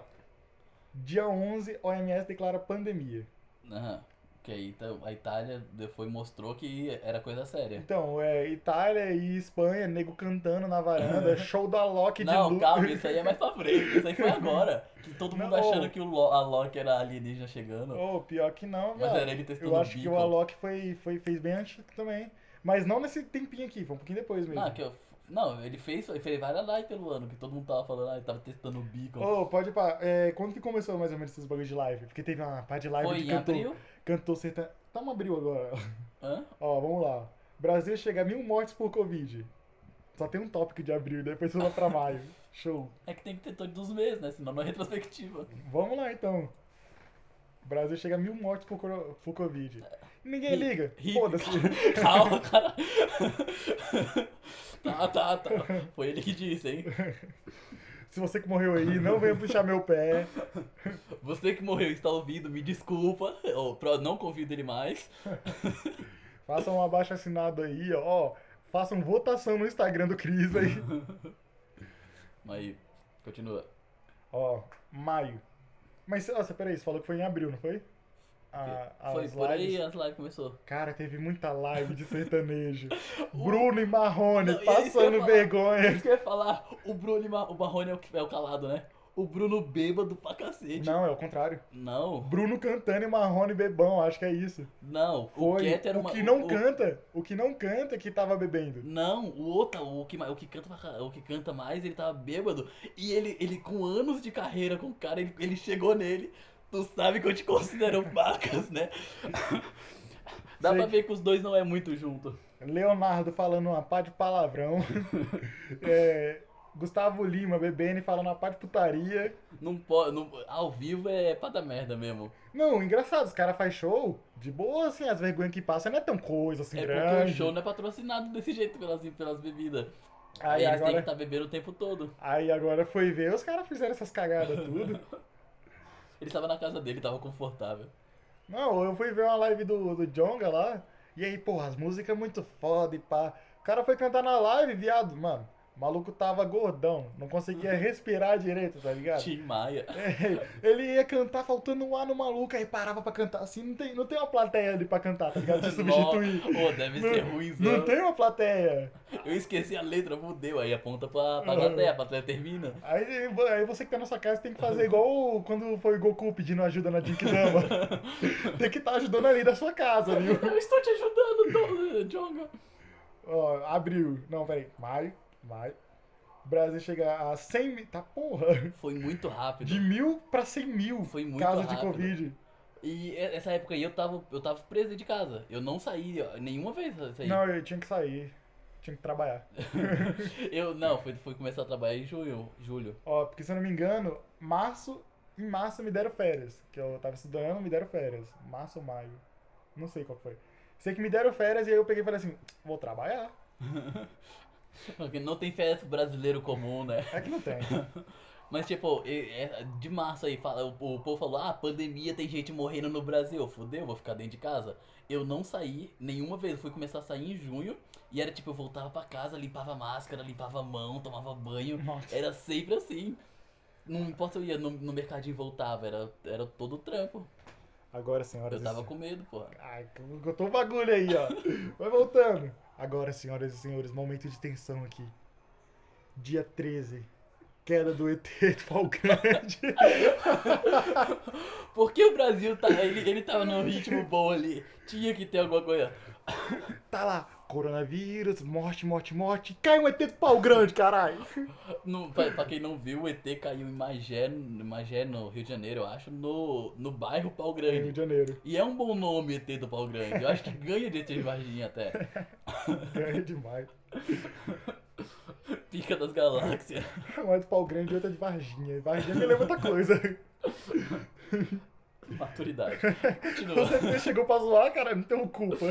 Speaker 2: Dia 11, OMS declara pandemia.
Speaker 1: Aham. Que aí então, a Itália foi e mostrou que era coisa séria.
Speaker 2: Então, é Itália e Espanha, nego cantando na
Speaker 1: (laughs)
Speaker 2: varanda, show da Loki de
Speaker 1: não,
Speaker 2: Lu-
Speaker 1: calma,
Speaker 2: (laughs)
Speaker 1: isso aí é mais pra frente. Isso aí foi agora. Que todo mundo
Speaker 2: Não.
Speaker 1: achando que o Lo, a Loki era alienígena chegando.
Speaker 2: Ô, pior que não,
Speaker 1: mas
Speaker 2: velho.
Speaker 1: era ele testando
Speaker 2: Eu acho
Speaker 1: o bico.
Speaker 2: que o Alok foi, foi, fez bem antes também. Mas não nesse tempinho aqui, foi um pouquinho depois mesmo.
Speaker 1: Ah, que eu- não, ele fez, ele fez várias lives pelo ano, que todo mundo tava falando, ah, ele tava testando o bico.
Speaker 2: Ô, pode pá, é, quando que começou mais ou menos esses bagulhos de live? Porque teve uma pá de live
Speaker 1: foi
Speaker 2: de
Speaker 1: em
Speaker 2: cantor.
Speaker 1: abril?
Speaker 2: Cantor sertanejo. Tamo abril agora.
Speaker 1: Hã?
Speaker 2: Ó, vamos lá. Brasil chega a mil mortes por Covid. Só tem um tópico de abril, depois você vai pra
Speaker 1: (laughs)
Speaker 2: maio. Show.
Speaker 1: É que tem que ter todos os meses, né? Senão não é retrospectiva.
Speaker 2: Vamos lá então. Brasil chega a mil mortes por, coro- por Covid. Ninguém
Speaker 1: Ri-
Speaker 2: liga.
Speaker 1: ri-
Speaker 2: Foda-se.
Speaker 1: Calma, cara. (laughs) tá, tá, tá. Foi ele que disse, hein?
Speaker 2: (laughs) Se você que morreu aí, não venha puxar meu pé.
Speaker 1: Você que morreu e está ouvindo, me desculpa. Ou, pro- não convido ele mais.
Speaker 2: Faça um abaixo assinado aí, ó. Façam votação no Instagram do Cris aí.
Speaker 1: (laughs) Mas continua.
Speaker 2: Ó, maio. Mas, nossa, peraí, você falou que foi em abril, não foi? a, as
Speaker 1: Foi por
Speaker 2: lives.
Speaker 1: aí as lives começou. (laughs)
Speaker 2: Cara, teve muita live de sertanejo. Bruno e Marrone
Speaker 1: Não, e é isso que eu ia
Speaker 2: passando
Speaker 1: falar.
Speaker 2: vergonha.
Speaker 1: Isso que eu ia falar, o Bruno e Ma- o Marrone é o, que- é o calado, né? O Bruno bêbado pra cacete.
Speaker 2: Não, é o contrário.
Speaker 1: Não,
Speaker 2: Bruno cantando e Marrone bebão, acho que é isso.
Speaker 1: não. O
Speaker 2: Foi.
Speaker 1: Keter era
Speaker 2: O
Speaker 1: uma-
Speaker 2: que não
Speaker 1: o-
Speaker 2: canta, o que não canta que tava bebendo.
Speaker 1: Não, o outro, o que, ma- o que, canta, pra ca- o que canta mais, ele tava bêbado. E ele, ele com anos de carreira com o cara, ele, ele chegou nele. Tu sabe que eu te considero pacas, né? (laughs) Dá
Speaker 2: Sei.
Speaker 1: pra ver que os dois não é muito junto.
Speaker 2: Leonardo falando uma pá de palavrão.
Speaker 1: (laughs)
Speaker 2: É, Gustavo Lima bebendo e falando uma pá de putaria.
Speaker 1: Não pode, não, ao vivo é pra dar merda mesmo.
Speaker 2: Não, engraçado, os caras faz show de boa, assim, as vergonhas que passam não é tão coisa assim
Speaker 1: É porque
Speaker 2: grande.
Speaker 1: o show não é patrocinado desse jeito pelas, assim, pelas bebidas. Aí,
Speaker 2: Aí
Speaker 1: eles têm que
Speaker 2: agora,
Speaker 1: estar bebendo o tempo todo.
Speaker 2: aí agora foi ver, os caras fizeram essas cagadas tudo.
Speaker 1: Ele tava na casa dele, tava confortável.
Speaker 2: Não, eu fui ver uma live do, do Jonga lá, e aí, porra, as músicas muito foda e pá. O cara foi cantar na live, viado, mano. O maluco tava gordão, não conseguia respirar direito, tá ligado?
Speaker 1: Tim Maia.
Speaker 2: É, (laughs) Ele ia cantar faltando um ar no maluco, aí parava pra cantar assim. Não tem, não tem uma plateia ali pra cantar,
Speaker 1: (laughs)
Speaker 2: tá ligado? De substituir.
Speaker 1: Ô, deve ser ruimzão.
Speaker 2: Não tem uma plateia.
Speaker 1: Eu esqueci a letra, fudeu. Aí aponta pra,
Speaker 2: Uhum.
Speaker 1: pra plateia, a plateia termina.
Speaker 2: Aí, aí você que tá na sua casa tem que fazer igual o- quando foi o Goku pedindo ajuda na Jinkidama. tem que estar ajudando ali da sua casa, viu?
Speaker 1: Eu estou te ajudando, eh, Don- Jonga.
Speaker 2: Ó, abril. Não, peraí. Maio. Maio. O Brasil chega a 100 mil. Tá porra. (laughs)
Speaker 1: Foi muito rápido.
Speaker 2: De mil pra 100 mil.
Speaker 1: Foi muito
Speaker 2: Caso de
Speaker 1: rápido.
Speaker 2: Covid.
Speaker 1: E e- essa época aí eu tava, eu tava preso de casa. Eu não saí ó, nenhuma vez. eu Saí.
Speaker 2: Não, eu tinha que sair. Tinha que trabalhar.
Speaker 1: Eu não, fui, fui começar a trabalhar em junho, julho.
Speaker 2: Ó, porque se eu não me engano, março, em março me deram férias. Que eu tava estudando, me deram férias. Março ou maio. Não sei qual foi. Sei que me deram férias e aí eu peguei e falei assim, vou trabalhar.
Speaker 1: Porque não tem férias brasileiro comum, né?
Speaker 2: É que não
Speaker 1: (laughs)
Speaker 2: tem.
Speaker 1: Mas, tipo, e- é- de março aí, fala, o, o povo falou: ah, pandemia, tem gente morrendo no Brasil. Fudeu, vou ficar dentro de casa. Eu não saí nenhuma vez. Eu fui começar a sair em junho. E era tipo, eu voltava pra casa, limpava a máscara, limpava a mão, tomava banho.
Speaker 2: Nossa.
Speaker 1: Era sempre assim. Não importa se eu ia no, no mercadinho e voltava, era, era todo trampo.
Speaker 2: Agora, senhoras
Speaker 1: Eu
Speaker 2: e
Speaker 1: tava
Speaker 2: senhores.
Speaker 1: com medo, porra.
Speaker 2: Ai, botou o bagulho aí, ó. Vai voltando. Agora, senhoras e senhores, momento de tensão aqui. Dia 13. Queda (laughs) do ET de Pau Grande.
Speaker 1: Porque o Brasil tá. Ele, ele tava num ritmo bom ali. Tinha que ter alguma coisa.
Speaker 2: Tá lá. Coronavírus, morte, morte, morte. Cai um ET de pau grande, caralho.
Speaker 1: No, pra, pra quem não viu, o ET caiu em Magé, no- Magé, no Rio de Janeiro, eu acho, no, no bairro Pau
Speaker 2: Rio
Speaker 1: Grande.
Speaker 2: de Janeiro.
Speaker 1: E é um bom nome ET do Pau Grande. Eu acho que ganha de ET de Varginha até.
Speaker 2: Grande demais.
Speaker 1: Pica das Galáxias. (laughs)
Speaker 2: Uma é de pau grande e outra de Varginha. Varginha me lembra outra coisa.
Speaker 1: Maturidade. Continua.
Speaker 2: (laughs) Você que chegou pra zoar, cara, um não tem culpa.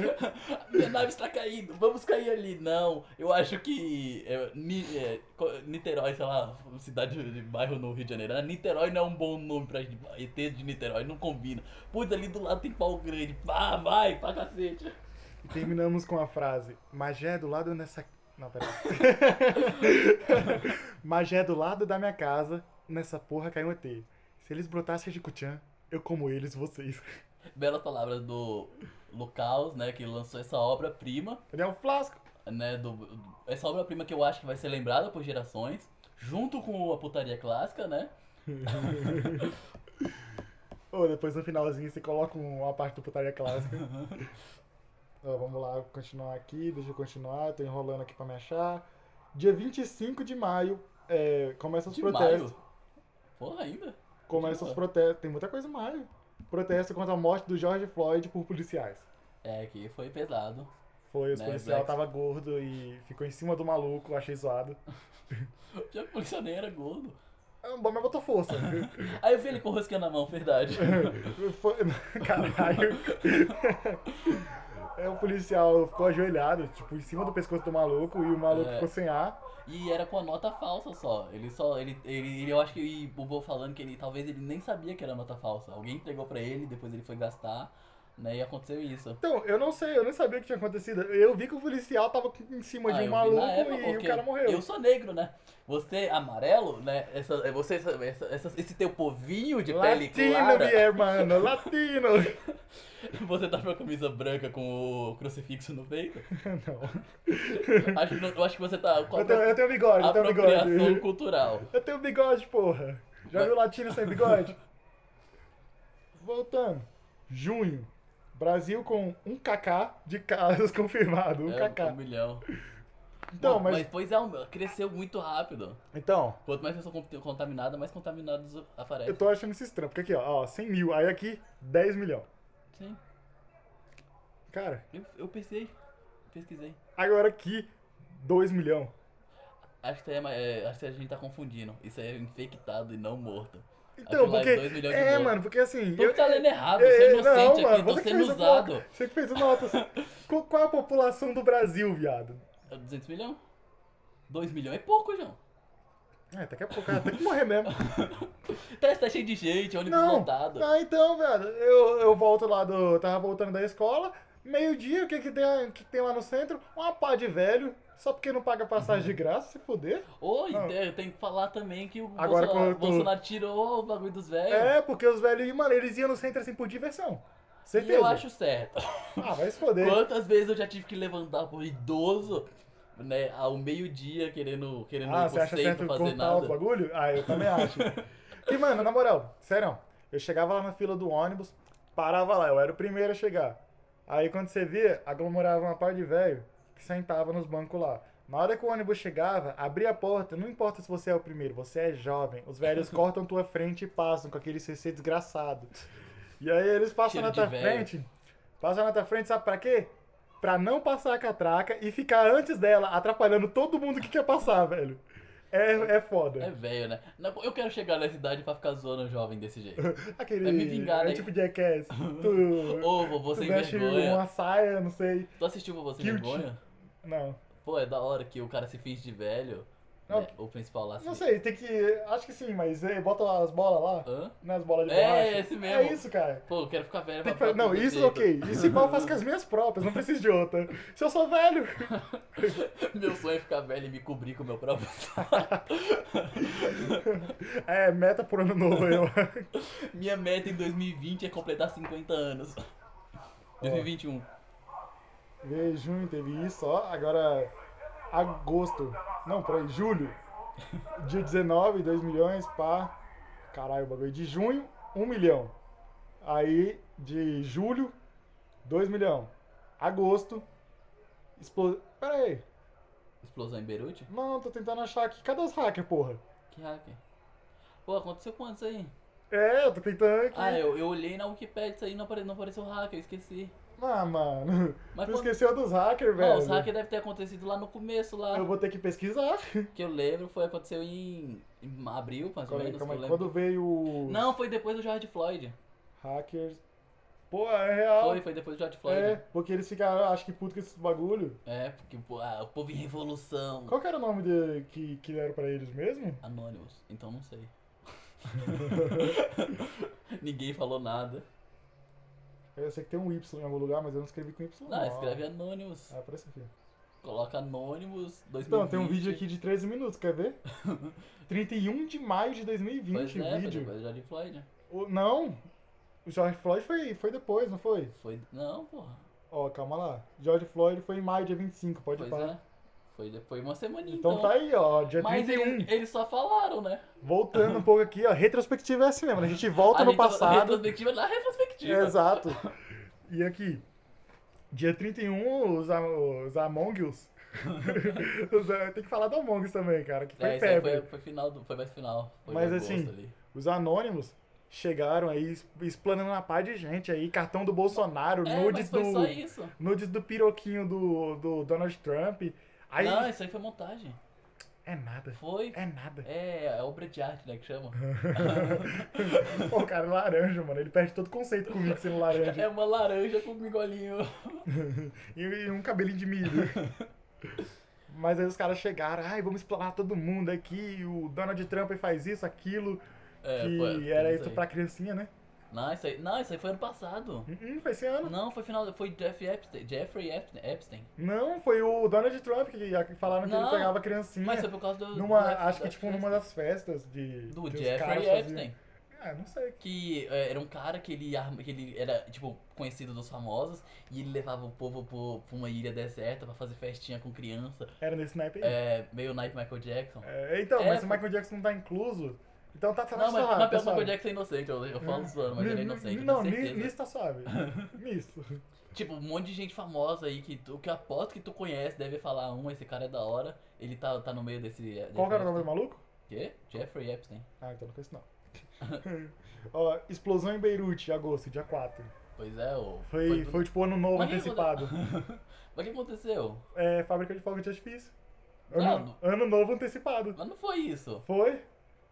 Speaker 1: Minha nave está caindo, vamos cair ali. Não, eu acho que é, Ni- é, co- Niterói, sei lá, cidade de bairro no Rio de Janeiro. né? Niterói não é um bom nome pra gente. ET de Niterói, não combina. Putz, ali do lado tem pau grande. Pá, vai, pra cacete. né?
Speaker 2: E terminamos com a frase: Magé é do lado nessa.
Speaker 1: (laughs)
Speaker 2: Não, peraí. Magé é do lado da minha casa, nessa porra caiu um ET. Se eles brotassem de Kuchan, eu como eles, vocês.
Speaker 1: belas palavras do Lucas, né, que lançou essa obra-prima,
Speaker 2: Ele é um flasco.
Speaker 1: né, do, do- essa obra-prima que eu acho que vai ser lembrada por gerações, junto com a putaria clássica, né?
Speaker 2: Ou depois no finalzinho você coloca um, uma parte do
Speaker 1: (laughs)
Speaker 2: putaria clássica. Ó, vamos lá, continuar aqui, deixa eu continuar, tô enrolando aqui pra me achar. Dia 25 de maio, é, começa os
Speaker 1: De
Speaker 2: protestos.
Speaker 1: maio. Porra, ainda.
Speaker 2: Começa os protestos. Tem muita coisa em maio. Protesto contra a morte do George Floyd por policiais.
Speaker 1: É, que foi pesado. (laughs)
Speaker 2: Foi, os
Speaker 1: Né,
Speaker 2: policiais
Speaker 1: Black-
Speaker 2: tava gordo e ficou em cima do maluco, achei zoado.
Speaker 1: Já que o funcionário era gordo.
Speaker 2: Ah, Bom, mas
Speaker 1: (laughs)
Speaker 2: botou força.
Speaker 1: Aí eu vi ele com rosquinha na mão, verdade.
Speaker 2: Foi... (laughs) Caralho. É, o policial ficou ajoelhado, tipo, em cima do pescoço do maluco e o maluco
Speaker 1: É.
Speaker 2: ficou sem ar.
Speaker 1: E era com a nota falsa só. Ele só. Ele, ele, ele- eu acho que e o Bobo falando que ele talvez ele nem sabia que era nota falsa. Alguém entregou pra ele, depois ele foi gastar. né? E aconteceu isso.
Speaker 2: Então, eu não sei, eu não sabia o que tinha acontecido. Eu vi que o policial tava em cima
Speaker 1: Ah,
Speaker 2: de
Speaker 1: eu vi
Speaker 2: um
Speaker 1: na
Speaker 2: maluco
Speaker 1: época,
Speaker 2: e o
Speaker 1: porque
Speaker 2: cara morreu.
Speaker 1: Eu sou negro, né? Você amarelo, né? Essa, é você, essa, essa- essa- esse teu povinho de pele
Speaker 2: Latino,
Speaker 1: clara,
Speaker 2: minha irmã,
Speaker 1: (laughs)
Speaker 2: latino.
Speaker 1: você tá com a camisa branca com o crucifixo no peito.
Speaker 2: (laughs) Não.
Speaker 1: (laughs) Acho, que não- eu acho que você tá com a
Speaker 2: Eu tenho, eu tenho bigode, eu tenho
Speaker 1: apropriação
Speaker 2: bigode.
Speaker 1: cultural.
Speaker 2: Eu tenho bigode, porra. Já viu latino sem bigode? (laughs) Voltando. Junho. Brasil com um kk de casos (laughs) confirmados. Um
Speaker 1: É, um
Speaker 2: kk.
Speaker 1: milhão.
Speaker 2: Então,
Speaker 1: Bom,
Speaker 2: mas.
Speaker 1: pois é, um- cresceu muito rápido.
Speaker 2: Então,
Speaker 1: Quanto mais pessoa con- contaminada, mais contaminados aparecem.
Speaker 2: eu tô achando isso estranho. Porque aqui, ó, ó 100 mil. Aí aqui, 10 milhões.
Speaker 1: Sim,
Speaker 2: Cara,
Speaker 1: eu, eu pensei, pesquisei.
Speaker 2: agora aqui, 2 milhões.
Speaker 1: Acho que, isso aí é ma- é, acho que a gente tá confundindo. Isso aí é infectado e não morto.
Speaker 2: Então,
Speaker 1: Aquilo lá é dois
Speaker 2: porque.
Speaker 1: milhões de
Speaker 2: É,
Speaker 1: votos.
Speaker 2: mano, porque assim.
Speaker 1: Tu que tá lendo errado,
Speaker 2: eu-
Speaker 1: você é
Speaker 2: eu-
Speaker 1: inocente aqui, tô
Speaker 2: você que
Speaker 1: sendo
Speaker 2: fez o
Speaker 1: usado.
Speaker 2: bloco. Você que fez o notas.
Speaker 1: (laughs)
Speaker 2: Qual qual a população do Brasil, viado?
Speaker 1: É 200 milhões? 2 milhões é pouco, João.
Speaker 2: É, daqui a pouco, cara, tem que morrer mesmo.
Speaker 1: Tá, tá cheio de gente, ônibus
Speaker 2: Não,
Speaker 1: lotado.
Speaker 2: Ah, então, velho, eu, eu volto lá do. Eu tava voltando da escola, meio-dia, o que que, tem, o que que tem lá no centro? Uma pá de velho, só porque não paga passagem de graça, se fuder.
Speaker 1: Oi,
Speaker 2: Não.
Speaker 1: tem- tem que falar também que o
Speaker 2: Agora,
Speaker 1: Bolsonaro,
Speaker 2: quando tu-
Speaker 1: Bolsonaro tirou o bagulho dos velhos.
Speaker 2: É, porque os velhos, mano, eles iam no centro assim por diversão.
Speaker 1: e
Speaker 2: Certeza.
Speaker 1: eu acho certo.
Speaker 2: Ah, vai se foder.
Speaker 1: Quantas vezes eu já tive que levantar por idoso, né, ao meio-dia querendo, querendo
Speaker 2: Ah,
Speaker 1: ir
Speaker 2: você
Speaker 1: pro
Speaker 2: acha
Speaker 1: centro
Speaker 2: certo
Speaker 1: fazer
Speaker 2: cortar os
Speaker 1: nada.
Speaker 2: bagulho? Ah, eu também acho. E, mano, na moral, sério, eu chegava lá na fila do ônibus, parava lá, eu era o primeiro a chegar. Aí quando você via, aglomerava uma par de velho que sentava nos bancos lá. Na hora que o ônibus chegava, abria a porta, não importa se você é o primeiro, você é jovem. Os velhos cortam tua frente e passam com aquele CC desgraçado. E aí eles passam
Speaker 1: Tiro
Speaker 2: na
Speaker 1: de
Speaker 2: tua
Speaker 1: velho.
Speaker 2: frente, passam na tua frente, sabe pra quê? Pra não passar a catraca e ficar antes dela, atrapalhando todo mundo que quer passar, velho. É, é foda.
Speaker 1: É velho, né? Não, Eu quero chegar nessa idade pra ficar zoando um jovem desse
Speaker 2: (laughs)
Speaker 1: jeito.
Speaker 2: Aquele
Speaker 1: Vai me vingar,
Speaker 2: é
Speaker 1: né?
Speaker 2: tipo
Speaker 1: (laughs)
Speaker 2: Jackass. Tu,
Speaker 1: Ô, vô, você
Speaker 2: tu
Speaker 1: em
Speaker 2: mexe
Speaker 1: vergonha.
Speaker 2: uma saia, não sei.
Speaker 1: Tu assistiu vô, você em
Speaker 2: Guilty.
Speaker 1: vergonha?
Speaker 2: Não.
Speaker 1: Pô, é da hora que o cara se finge de velho.
Speaker 2: Não.
Speaker 1: né? O principal lá. se-
Speaker 2: Não sei, tem que. Acho que sim, mas é, bota as bolas lá.
Speaker 1: Hã?
Speaker 2: Nas bolas de
Speaker 1: É,
Speaker 2: borracha.
Speaker 1: esse mesmo.
Speaker 2: É isso, cara.
Speaker 1: Pô, eu quero ficar velho
Speaker 2: Tem que
Speaker 1: pra
Speaker 2: fazer-
Speaker 1: ficar
Speaker 2: Não,
Speaker 1: todo
Speaker 2: isso é
Speaker 1: jeito.
Speaker 2: ok. Isso igual eu faço com as minhas próprias, não preciso de outra. Se eu sou velho.
Speaker 1: (laughs) Meu sonho é ficar velho e me cobrir com o meu próprio (laughs) saco.
Speaker 2: É, meta por ano novo eu.
Speaker 1: (laughs) Minha meta em 2020 é completar 50 anos. 2021.
Speaker 2: Vê, junho teve isso, ó. Agora, agosto. Não, peraí, julho. Dia 19, 2 milhões, pá. Caralho, o bagulho. De junho, 1 milhão. Aí, de julho, 2 milhão. Agosto, explosão. Pera aí.
Speaker 1: Explosão em Beirute?
Speaker 2: Não, tô tentando achar aqui. Cadê os hackers, porra?
Speaker 1: Que hacker? Pô, aconteceu quantos aí?
Speaker 2: É, eu tô tentando aqui.
Speaker 1: Ah, eu, eu olhei na Wikipedia isso aí não apare- não apareceu hacker, eu esqueci.
Speaker 2: Ah, mano.
Speaker 1: Mas
Speaker 2: tu
Speaker 1: quando-
Speaker 2: esqueceu dos hackers, velho.
Speaker 1: Não, os hackers devem ter acontecido lá no começo, lá.
Speaker 2: Eu vou ter que pesquisar.
Speaker 1: Que eu lembro, foi aconteceu em, em abril, mais ou
Speaker 2: Calma aí,
Speaker 1: menos.
Speaker 2: calma
Speaker 1: que
Speaker 2: aí.
Speaker 1: eu lembro.
Speaker 2: Quando veio o
Speaker 1: Não, foi depois do George Floyd.
Speaker 2: hackers. Pô, é real.
Speaker 1: Foi, foi depois do George
Speaker 2: É,
Speaker 1: Floyd.
Speaker 2: porque eles ficaram, acho que puto com esses bagulho.
Speaker 1: É, porque pô, ah, o povo em revolução.
Speaker 2: Qual que era o nome de, que, que deram pra eles mesmo?
Speaker 1: Anônimos, então não
Speaker 2: (laughs)
Speaker 1: sei. Ninguém falou nada.
Speaker 2: Eu sei que tem um Y em algum lugar, mas eu não escrevi com Y.
Speaker 1: Não, Ah, escreve assim. Anônimos.
Speaker 2: Ah, aparece aqui.
Speaker 1: Coloca Anônimos 2020.
Speaker 2: Então, tem um vídeo aqui de 13 minutos, quer ver?
Speaker 1: (laughs)
Speaker 2: 31 de maio de 2020
Speaker 1: Pois
Speaker 2: o
Speaker 1: é, foi
Speaker 2: vídeo.
Speaker 1: depois do George Floyd.
Speaker 2: O- não, o George Floyd foi, foi depois, não foi?
Speaker 1: Foi. Não, porra.
Speaker 2: Ó, calma lá. George Floyd foi em maio, dia 25, pode
Speaker 1: Pois
Speaker 2: parar.
Speaker 1: é. Foi depois uma semaninha então.
Speaker 2: Então, tá aí, ó, dia
Speaker 1: Mas
Speaker 2: 31.
Speaker 1: eles, eles só falaram, né?
Speaker 2: Voltando um pouco aqui, ó, retrospectiva é assim mesmo, né? a gente
Speaker 1: (laughs)
Speaker 2: volta
Speaker 1: A
Speaker 2: no
Speaker 1: retro-
Speaker 2: passado.
Speaker 1: Retrospectiva na retrospectiva. (laughs)
Speaker 2: Exato. E aqui, dia 31, os, a- os
Speaker 1: (laughs)
Speaker 2: Among Us. Os- eh, Tem que falar do Among Us também, cara, que foi
Speaker 1: É, isso aí
Speaker 2: febre.
Speaker 1: foi, foi final do, foi mais final. Foi
Speaker 2: Mas
Speaker 1: de agosto
Speaker 2: assim,
Speaker 1: ali.
Speaker 2: Os anônimos chegaram aí es- explanando uma par de gente aí, cartão do Bolsonaro,
Speaker 1: É, mas
Speaker 2: nudes
Speaker 1: foi só
Speaker 2: do.
Speaker 1: isso.
Speaker 2: Nudes do piroquinho do, do Donald Trump. Aí.
Speaker 1: Não, isso aí foi montagem.
Speaker 2: É nada.
Speaker 1: Foi.
Speaker 2: É nada. (laughs)
Speaker 1: É, é obra de arte, né, que chama.
Speaker 2: Pô, o cara é laranja, mano. Ele perde todo conceito comigo sendo laranja.
Speaker 1: É uma laranja com migolinho.
Speaker 2: E, e um cabelinho de milho. Mas aí os caras chegaram, ai, vamos explanar todo mundo aqui, o Donald Trump faz isso, aquilo,
Speaker 1: É,
Speaker 2: que
Speaker 1: foi- foi
Speaker 2: era
Speaker 1: isso
Speaker 2: isso
Speaker 1: aí.
Speaker 2: pra criancinha, né?
Speaker 1: Não, isso aí, não, isso aí foi ano passado.
Speaker 2: Hum, foi esse ano.
Speaker 1: Não, foi final. Foi Jeff Epstein, Jeffrey Epstein. Epstein.
Speaker 2: Não, foi o Donald Trump que que falaram que ele
Speaker 1: Não.
Speaker 2: pegava criancinha.
Speaker 1: Mas foi por causa do.
Speaker 2: numa,
Speaker 1: do-
Speaker 2: acho que
Speaker 1: da-
Speaker 2: tipo numa das festas de.
Speaker 1: Do
Speaker 2: que os caras
Speaker 1: Jeffrey
Speaker 2: faziam.
Speaker 1: Epstein.
Speaker 2: Ah, não sei.
Speaker 1: Que é, era um cara que ele, arma- que ele era, tipo, conhecido dos famosos e ele levava o povo pro- pra uma ilha deserta pra fazer festinha com criança.
Speaker 2: Era nesse naipe aí.
Speaker 1: É, meio Night Michael Jackson.
Speaker 2: É, então,
Speaker 1: É,
Speaker 2: mas se o
Speaker 1: pô.
Speaker 2: Michael Jackson não tá incluso, então tá, tá
Speaker 1: não, mas,
Speaker 2: suave.
Speaker 1: mas
Speaker 2: tá
Speaker 1: pelo Michael
Speaker 2: suave.
Speaker 1: Jackson é inocente, eu, eu falo zoando, mas
Speaker 2: Ni-
Speaker 1: ele é
Speaker 2: ni-
Speaker 1: inocente,
Speaker 2: Hum. Não,
Speaker 1: eu tenho
Speaker 2: ni-
Speaker 1: certeza.
Speaker 2: nisso
Speaker 1: (laughs)
Speaker 2: tá suave. nisso.
Speaker 1: Tipo, um monte de gente famosa aí que, tu, que eu aposto que tu conhece, deve falar, um, esse cara é da hora, ele tá, tá no meio desse... desse
Speaker 2: Qual que era o nome do maluco?
Speaker 1: Quê? Jeffrey Epstein.
Speaker 2: Ah, então não conheço não. (laughs) Ó, explosão em Beirute, agosto, dia 4.
Speaker 1: Pois é, o...
Speaker 2: Foi,
Speaker 1: do-
Speaker 2: foi tipo ano novo
Speaker 1: Mas o que
Speaker 2: antecipado.
Speaker 1: aconte- (laughs) Mas o que aconteceu?
Speaker 2: É, fábrica de fogo de artifício.
Speaker 1: Não,
Speaker 2: Ano, ano novo antecipado.
Speaker 1: Mas não foi isso.
Speaker 2: Foi?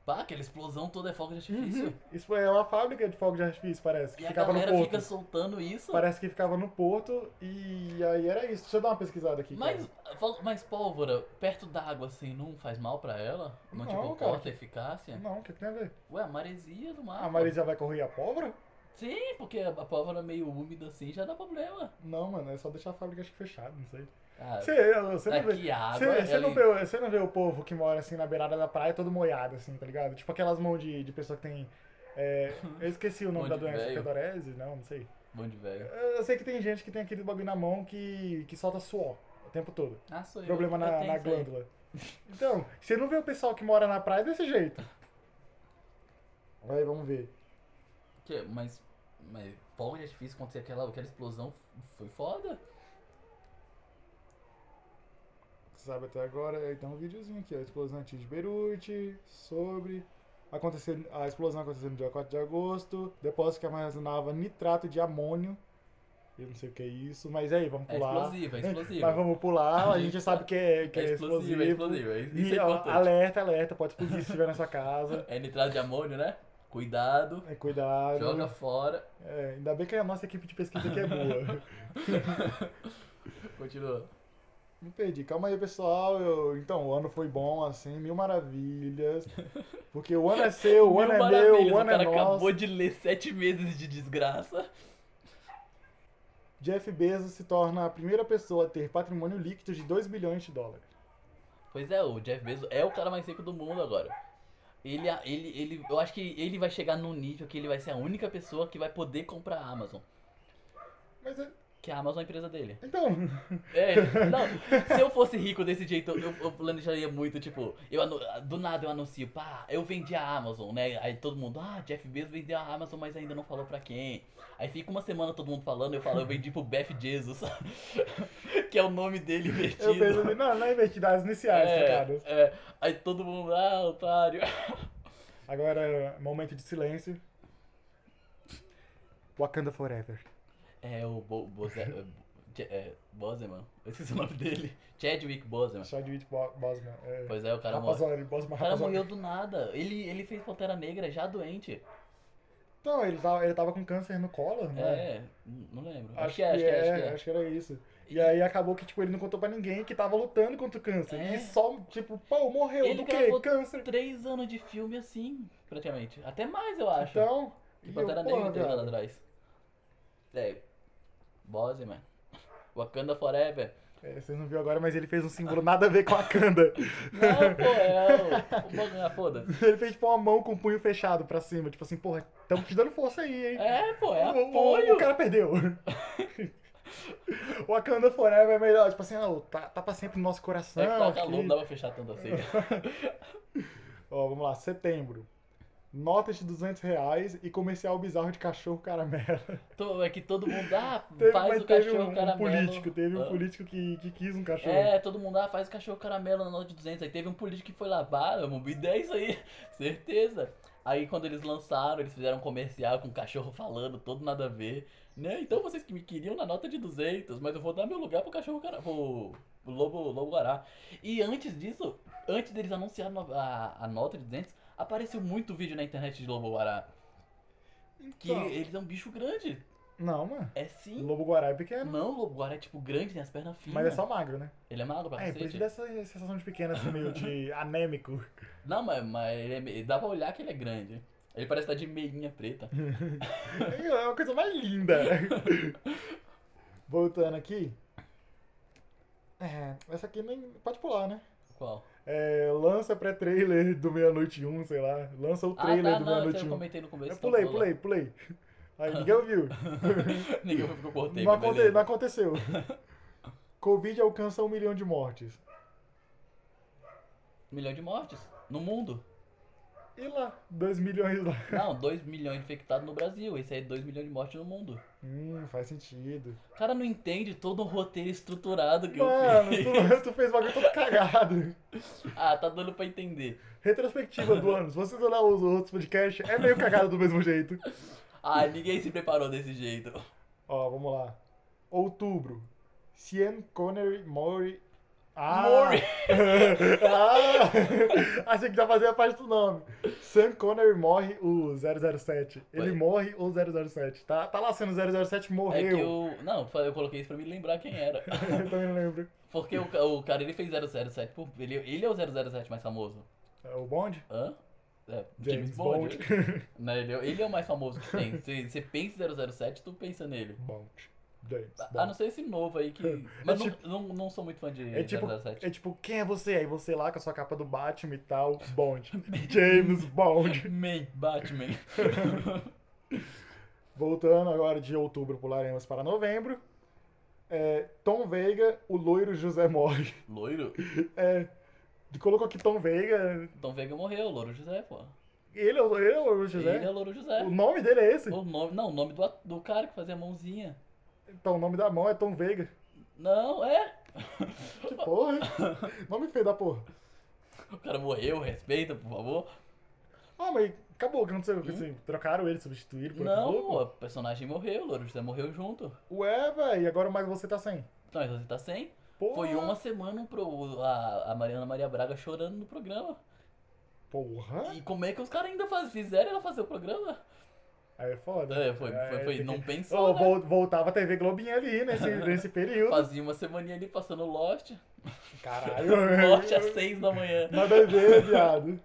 Speaker 1: Pá, aquela explosão toda é fogo de
Speaker 2: (laughs)
Speaker 1: artifício.
Speaker 2: Isso é uma fábrica de fogo de artifício, parece. Que
Speaker 1: E a
Speaker 2: ficava no
Speaker 1: galera
Speaker 2: porto.
Speaker 1: fica assim, soltando isso.
Speaker 2: Parece que ficava no porto e aí era isso. Deixa eu dar uma pesquisada aqui.
Speaker 1: Mas,
Speaker 2: cara.
Speaker 1: fal- mas pólvora perto d'água, assim, não faz mal pra ela? Não,
Speaker 2: Não,
Speaker 1: tipo,
Speaker 2: cara.
Speaker 1: corta a eficácia?
Speaker 2: Não, o que, que tem a ver?
Speaker 1: Ué, a maresia do mar.
Speaker 2: A
Speaker 1: Ah, pô.
Speaker 2: Marisa vai correr a pólvora?
Speaker 1: Sim, porque a a pólvora meio úmida, assim, já dá problema.
Speaker 2: Não, mano, é só deixar a fábrica acho que fechada, não sei.
Speaker 1: Ah,
Speaker 2: Você, você não vê.
Speaker 1: aqui a água, é
Speaker 2: Você, você
Speaker 1: ela-
Speaker 2: não vê, você não vê o povo que mora assim na beirada da praia todo moiado, assim, tá ligado? Tipo aquelas mãos de, de pessoa que tem.
Speaker 1: (laughs)
Speaker 2: é, eu esqueci o
Speaker 1: Mão
Speaker 2: nome da
Speaker 1: de
Speaker 2: doença,
Speaker 1: véio.
Speaker 2: fedorese, não, não sei.
Speaker 1: Bom de velho.
Speaker 2: Eu sei que tem gente que tem aquele bagulho na mão que, que solta suor o tempo todo.
Speaker 1: Ah, sou eu.
Speaker 2: Problema
Speaker 1: Eu
Speaker 2: na,
Speaker 1: tenho
Speaker 2: na
Speaker 1: isso aí.
Speaker 2: glândula. Então, você não vê o pessoal que mora na praia desse jeito. Aí, vamos ver.
Speaker 1: Que- mas, mas pólvora de artifício acontecer aquela, aquela explosão f- foi foda.
Speaker 2: Sabe até agora, aí tem um videozinho aqui, ó. Explosão antiga de Beirute, sobre. Aconteceu, a explosão aconteceu no dia 4 de agosto, depósito que armazenava nitrato de amônio. Eu não sei o que é isso, mas aí, vamos
Speaker 1: É
Speaker 2: pular.
Speaker 1: explosiva, é explosiva.
Speaker 2: Mas vamos pular, a
Speaker 1: (laughs)
Speaker 2: gente já sabe que é, que
Speaker 1: É
Speaker 2: é
Speaker 1: explosiva,
Speaker 2: explosivo.
Speaker 1: é explosiva. é- Isso
Speaker 2: E,
Speaker 1: é
Speaker 2: ó,
Speaker 1: importante.
Speaker 2: alerta, alerta, pode explodir se estiver na sua casa.
Speaker 1: É nitrato de amônio, né? Cuidado.
Speaker 2: É, Cuidado.
Speaker 1: Joga fora.
Speaker 2: É, ainda bem que a nossa equipe de pesquisa aqui
Speaker 1: (laughs)
Speaker 2: é boa.
Speaker 1: Continua.
Speaker 2: Me perdi. Calma aí, pessoal. Eu- Então, o ano foi bom, assim,
Speaker 1: (laughs)
Speaker 2: mil maravilhas. Porque o ano é seu, o
Speaker 1: Mil
Speaker 2: ano é meu,
Speaker 1: maravilhas,
Speaker 2: o ano
Speaker 1: cara
Speaker 2: é nosso.
Speaker 1: acabou de ler sete meses de desgraça.
Speaker 2: Jeff Bezos se torna a primeira pessoa a ter patrimônio líquido de 2 bilhões de dólares.
Speaker 1: Pois é, o Jeff Bezos é o cara mais rico do mundo agora. Ele, ele, ele, eu acho que ele vai chegar num nível que ele vai ser a única pessoa que vai poder comprar a Amazon.
Speaker 2: Mas é-
Speaker 1: Que a Amazon é a empresa dele.
Speaker 2: então, (laughs)
Speaker 1: É, ele- não, se eu fosse rico desse jeito, eu, eu planejaria muito, tipo, eu anu- do nada eu anuncio, pá, eu vendi a Amazon, né? Aí todo mundo, ah, Jeff Bezos vendeu a Amazon, mas ainda não falou pra quem. Aí fica uma semana todo mundo falando, eu falo, eu vendi pro Beth Jesus, (laughs) que é o nome dele
Speaker 2: eu
Speaker 1: invertido.
Speaker 2: penso assim, não, não é investido, as iniciais, trocadas.
Speaker 1: É, é. aí todo mundo, ah, otário.
Speaker 2: Agora, é momento de silêncio. Wakanda Forever.
Speaker 1: É o Bo Boze é, Bo- é, Boseman, eu esqueci o nome dele. Chadwick Boseman.
Speaker 2: Chadwick Bo- Boseman. É,
Speaker 1: Pois é, o cara morreu.
Speaker 2: Rapazoli, Boseman,
Speaker 1: O cara
Speaker 2: Rapazoli.
Speaker 1: morreu do nada. Ele, ele fez Pantera Negra já doente.
Speaker 2: Então, ele tava, ele tava com câncer no colo, né?
Speaker 1: É, n- não lembro. Acho, que é, acho que
Speaker 2: é,
Speaker 1: é, acho que é.
Speaker 2: acho que era isso. E aí acabou que, tipo, ele não contou pra ninguém que tava lutando contra o câncer.
Speaker 1: É.
Speaker 2: E só, tipo, pô, morreu
Speaker 1: Ele
Speaker 2: do quê?
Speaker 1: gravou-
Speaker 2: Câncer.
Speaker 1: Três anos de filme assim, praticamente. Até mais, eu acho.
Speaker 2: Então,
Speaker 1: que
Speaker 2: e
Speaker 1: Pantera
Speaker 2: eu, porra,
Speaker 1: Negra três
Speaker 2: viado.
Speaker 1: anos atrás. É. Boseman. Wakanda Forever.
Speaker 2: É, vocês não viram agora, mas ele fez um símbolo nada a ver com a Kanda.
Speaker 1: Não, pô, é o. o bagulho- ah, Foda-se.
Speaker 2: (laughs) ele fez, tipo, uma mão com o punho fechado pra cima. Tipo assim, porra, tamo te dando força aí, hein?
Speaker 1: É, pô, é
Speaker 2: O- O, o
Speaker 1: apoio.
Speaker 2: cara perdeu. (laughs) O Wakanda Forever é melhor, tipo assim, ah, tá, tá pra sempre no nosso coração.
Speaker 1: É que tá calor,
Speaker 2: aqui.
Speaker 1: não dá pra fechar tanto
Speaker 2: (laughs)
Speaker 1: assim.
Speaker 2: Ó, vamos lá, setembro. Notas de 200 reais e comercial bizarro de
Speaker 1: (laughs)
Speaker 2: cachorro caramelo.
Speaker 1: Tô- É que todo mundo, ah,
Speaker 2: Teve,
Speaker 1: faz
Speaker 2: mas
Speaker 1: o
Speaker 2: teve
Speaker 1: cachorro
Speaker 2: um, um
Speaker 1: caramelo.
Speaker 2: político, teve um
Speaker 1: Ah.
Speaker 2: político que, que quis um cachorro.
Speaker 1: É, todo mundo, ah, faz o cachorro caramelo na nota de 200. Aí teve um político que foi lá, bah, eu mobi 10 aí, (laughs) certeza. Aí quando eles lançaram, eles fizeram um comercial com o cachorro falando, todo nada a ver. Né? Então vocês que me queriam na nota de 200, mas eu vou dar meu lugar pro cachorro caramelo, pro pro lobo, lobo guará. E antes disso, antes deles anunciarem a, a- a nota de 200, apareceu muito vídeo na internet de lobo guará. Que
Speaker 2: Então,
Speaker 1: eles é um bicho grande.
Speaker 2: Não, mano.
Speaker 1: É sim.
Speaker 2: Lobo Guará é pequeno,
Speaker 1: Não, o lobo guará é tipo grande, tem as pernas finas.
Speaker 2: mas é só magro, né?
Speaker 1: Ele é magro pra
Speaker 2: É, por
Speaker 1: cacete.
Speaker 2: isso dessa
Speaker 1: (laughs)
Speaker 2: sensação de pequeno, assim, meio de anêmico.
Speaker 1: Não, mas, mas ele é- dá pra olhar que ele é grande. Ele parece estar de meinha
Speaker 2: (laughs)
Speaker 1: preta.
Speaker 2: É uma coisa mais linda. (laughs) Voltando aqui. É, essa aqui nem. Pode pular, né?
Speaker 1: Qual?
Speaker 2: É, lança pré-trailer do Meia-Noite 1, sei lá. Lança o trailer
Speaker 1: ah, tá, não, esse
Speaker 2: do um. Meia-Noite
Speaker 1: eu
Speaker 2: 1.
Speaker 1: comentei no começo.
Speaker 2: Eu
Speaker 1: então
Speaker 2: pulei,
Speaker 1: vou lá.
Speaker 2: pulei, pulei. Aí ninguém ouviu.
Speaker 1: (laughs) Ninguém foi porque eu cortei,
Speaker 2: não,
Speaker 1: mas
Speaker 2: aconte-
Speaker 1: beleza.
Speaker 2: não aconteceu. Covid alcança um milhão de mortes.
Speaker 1: Um milhão de mortes no mundo.
Speaker 2: E lá? Dois milhões lá.
Speaker 1: Não, 2 milhões infectados no Brasil. Esse aí é 2 milhões de mortes no mundo.
Speaker 2: Hum, faz sentido.
Speaker 1: O cara não entende todo um roteiro estruturado que eu
Speaker 2: Mano,
Speaker 1: fiz. (laughs)
Speaker 2: tu, (laughs) tu fez o bagulho todo cagado.
Speaker 1: Ah, tá dando pra entender.
Speaker 2: Retrospectiva do ano. Se vocês olhar os outros podcasts, é meio cagado do mesmo jeito.
Speaker 1: Ah, ninguém se preparou desse jeito.
Speaker 2: Ó, vamos lá. Outubro. Sean Connery Mori. Ah!
Speaker 1: Mori.
Speaker 2: ah! Achei que já fazia parte do nome. Sean Connery morre o 007. Ele
Speaker 1: Ué.
Speaker 2: morre o 007. Tá, tá lá sendo 007
Speaker 1: É que
Speaker 2: morreu.
Speaker 1: eu. Não, eu coloquei isso pra me lembrar quem era. (laughs)
Speaker 2: eu (laughs) também não lembro.
Speaker 1: Porque o, ca- o cara ele fez 007. por- Ele, ele é o 007 mais famoso.
Speaker 2: É o Bond?
Speaker 1: Hã? É,
Speaker 2: James (laughs) Bond.
Speaker 1: Né, ele, é- ele é o mais famoso que tem. Se você pensa em 007, tu pensa nele.
Speaker 2: Bond. James
Speaker 1: A- A
Speaker 2: Bond.
Speaker 1: Ah, não ser esse novo aí que. Mas não,
Speaker 2: tipo-
Speaker 1: não, não sou muito fã de
Speaker 2: É tipo-
Speaker 1: 007.
Speaker 2: É tipo, quem é você? Aí você lá com a sua capa do Batman e tal. Bond. (laughs) James Bond.
Speaker 1: Man, É Batman.
Speaker 2: Voltando agora de outubro, pularemos para novembro. É, Tom Veiga, o loiro José morre. (laughs)
Speaker 1: Loiro?
Speaker 2: É, colocou aqui Tom Veiga.
Speaker 1: Tom Vega morreu, Louro José, pô.
Speaker 2: Ele é o, ele é o loiro José?
Speaker 1: Ele é o Louro José.
Speaker 2: O nome dele é esse?
Speaker 1: O nome, não, o nome do, at- do cara que fazia a mãozinha.
Speaker 2: Então, o nome da mão é Tom Veiga.
Speaker 1: Não, é.
Speaker 2: Que
Speaker 1: (laughs)
Speaker 2: porra. nome feio da porra.
Speaker 1: O cara morreu, respeita, por favor.
Speaker 2: Ah, mas acabou, o que aconteceu? Assim, trocaram ele, substituíram por
Speaker 1: Hum? Não,
Speaker 2: outro
Speaker 1: pô,
Speaker 2: louco?
Speaker 1: o personagem morreu, o Louro José morreu junto.
Speaker 2: Ué, velho, e agora mais você tá sem.
Speaker 1: Então, aí você tá sem?
Speaker 2: Porra.
Speaker 1: Foi uma semana pro, a, a Mariana Maria Braga chorando no programa.
Speaker 2: Porra.
Speaker 1: E como é que os caras ainda faz, fizeram ela fazer o programa?
Speaker 2: Aí é foda.
Speaker 1: É, foi,
Speaker 2: É,
Speaker 1: foi, foi
Speaker 2: tem
Speaker 1: não
Speaker 2: Ô,
Speaker 1: pensou, né?
Speaker 2: vol- voltava a TV Globinha
Speaker 1: (laughs)
Speaker 2: ali nesse, nesse período.
Speaker 1: Fazia uma semaninha ali passando Lost. (laughs)
Speaker 2: Caralho.
Speaker 1: Lost
Speaker 2: (laughs)
Speaker 1: às seis da manhã.
Speaker 2: Nada a ver, viado.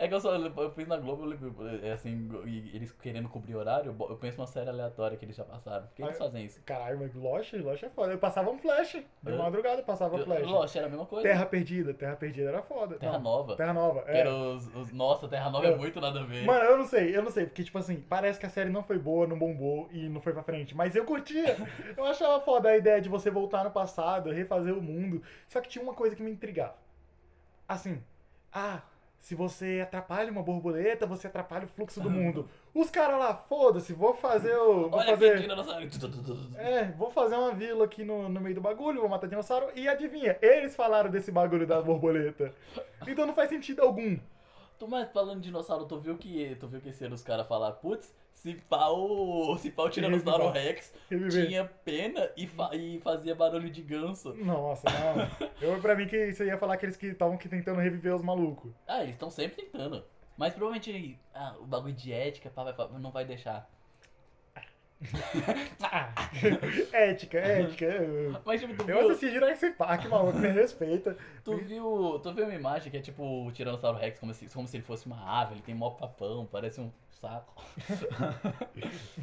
Speaker 1: É que eu só eu fiz na Globo, eu lembro, é assim, e eles querendo cobrir horário, eu bo- eu penso uma série aleatória que eles já passaram. Por que eles
Speaker 2: Ah,
Speaker 1: fazem isso?
Speaker 2: Caralho, mas Lost, Lost é foda. Eu passava um flash. De
Speaker 1: Eu-
Speaker 2: madrugada eu passava flash.
Speaker 1: É? Eu- Lost era a mesma coisa.
Speaker 2: Terra Perdida, Terra Perdida era foda.
Speaker 1: Terra
Speaker 2: Não,
Speaker 1: Nova.
Speaker 2: Terra Nova,
Speaker 1: Que
Speaker 2: é.
Speaker 1: era os, os- Nossa, Terra Nova é
Speaker 2: Eu-
Speaker 1: muito nada a ver.
Speaker 2: Mano, eu não sei, eu não sei, porque tipo assim, parece que a série não foi boa, não bombou e não foi pra frente, mas eu curtia. Eu achava foda a ideia de você voltar no passado, refazer o mundo. Só que tinha uma coisa que me intrigava. Assim, ah, se você atrapalha uma borboleta, você atrapalha o fluxo do mundo. Os caras lá, foda-se, vou fazer o. Vou
Speaker 1: Olha
Speaker 2: fazer...
Speaker 1: aqui, dinossauro. Tu, tu, tu, tu, tu.
Speaker 2: É, vou fazer uma vila aqui no, no meio do bagulho, vou matar dinossauro. E adivinha, eles falaram desse bagulho da borboleta. Então não faz sentido algum.
Speaker 1: Tu, mas falando de dinossauro, tu viu que, tu viu que esse ano os caras falaram, putz, se pau, se pau Tiranossauro Rex
Speaker 2: Reviver.
Speaker 1: tinha pena e, fa- e fazia barulho de ganso.
Speaker 2: Nossa, não. Eu, pra mim, que você ia falar aqueles que estavam aqui tentando reviver os malucos.
Speaker 1: Ah, eles estão sempre tentando. Mas provavelmente ah, o bagulho de ética pá, vai- pá, não vai deixar.
Speaker 2: Ah, (laughs) ética, ética. Eu,
Speaker 1: Mas tipo, tu
Speaker 2: eu
Speaker 1: viu,
Speaker 2: assisti Jurassic Park, maluco, me respeita.
Speaker 1: tu, viu, tu viu uma imagem que é tipo o Tiranossauro Rex como se, como se ele fosse uma ave, ele tem mó papão, parece um saco.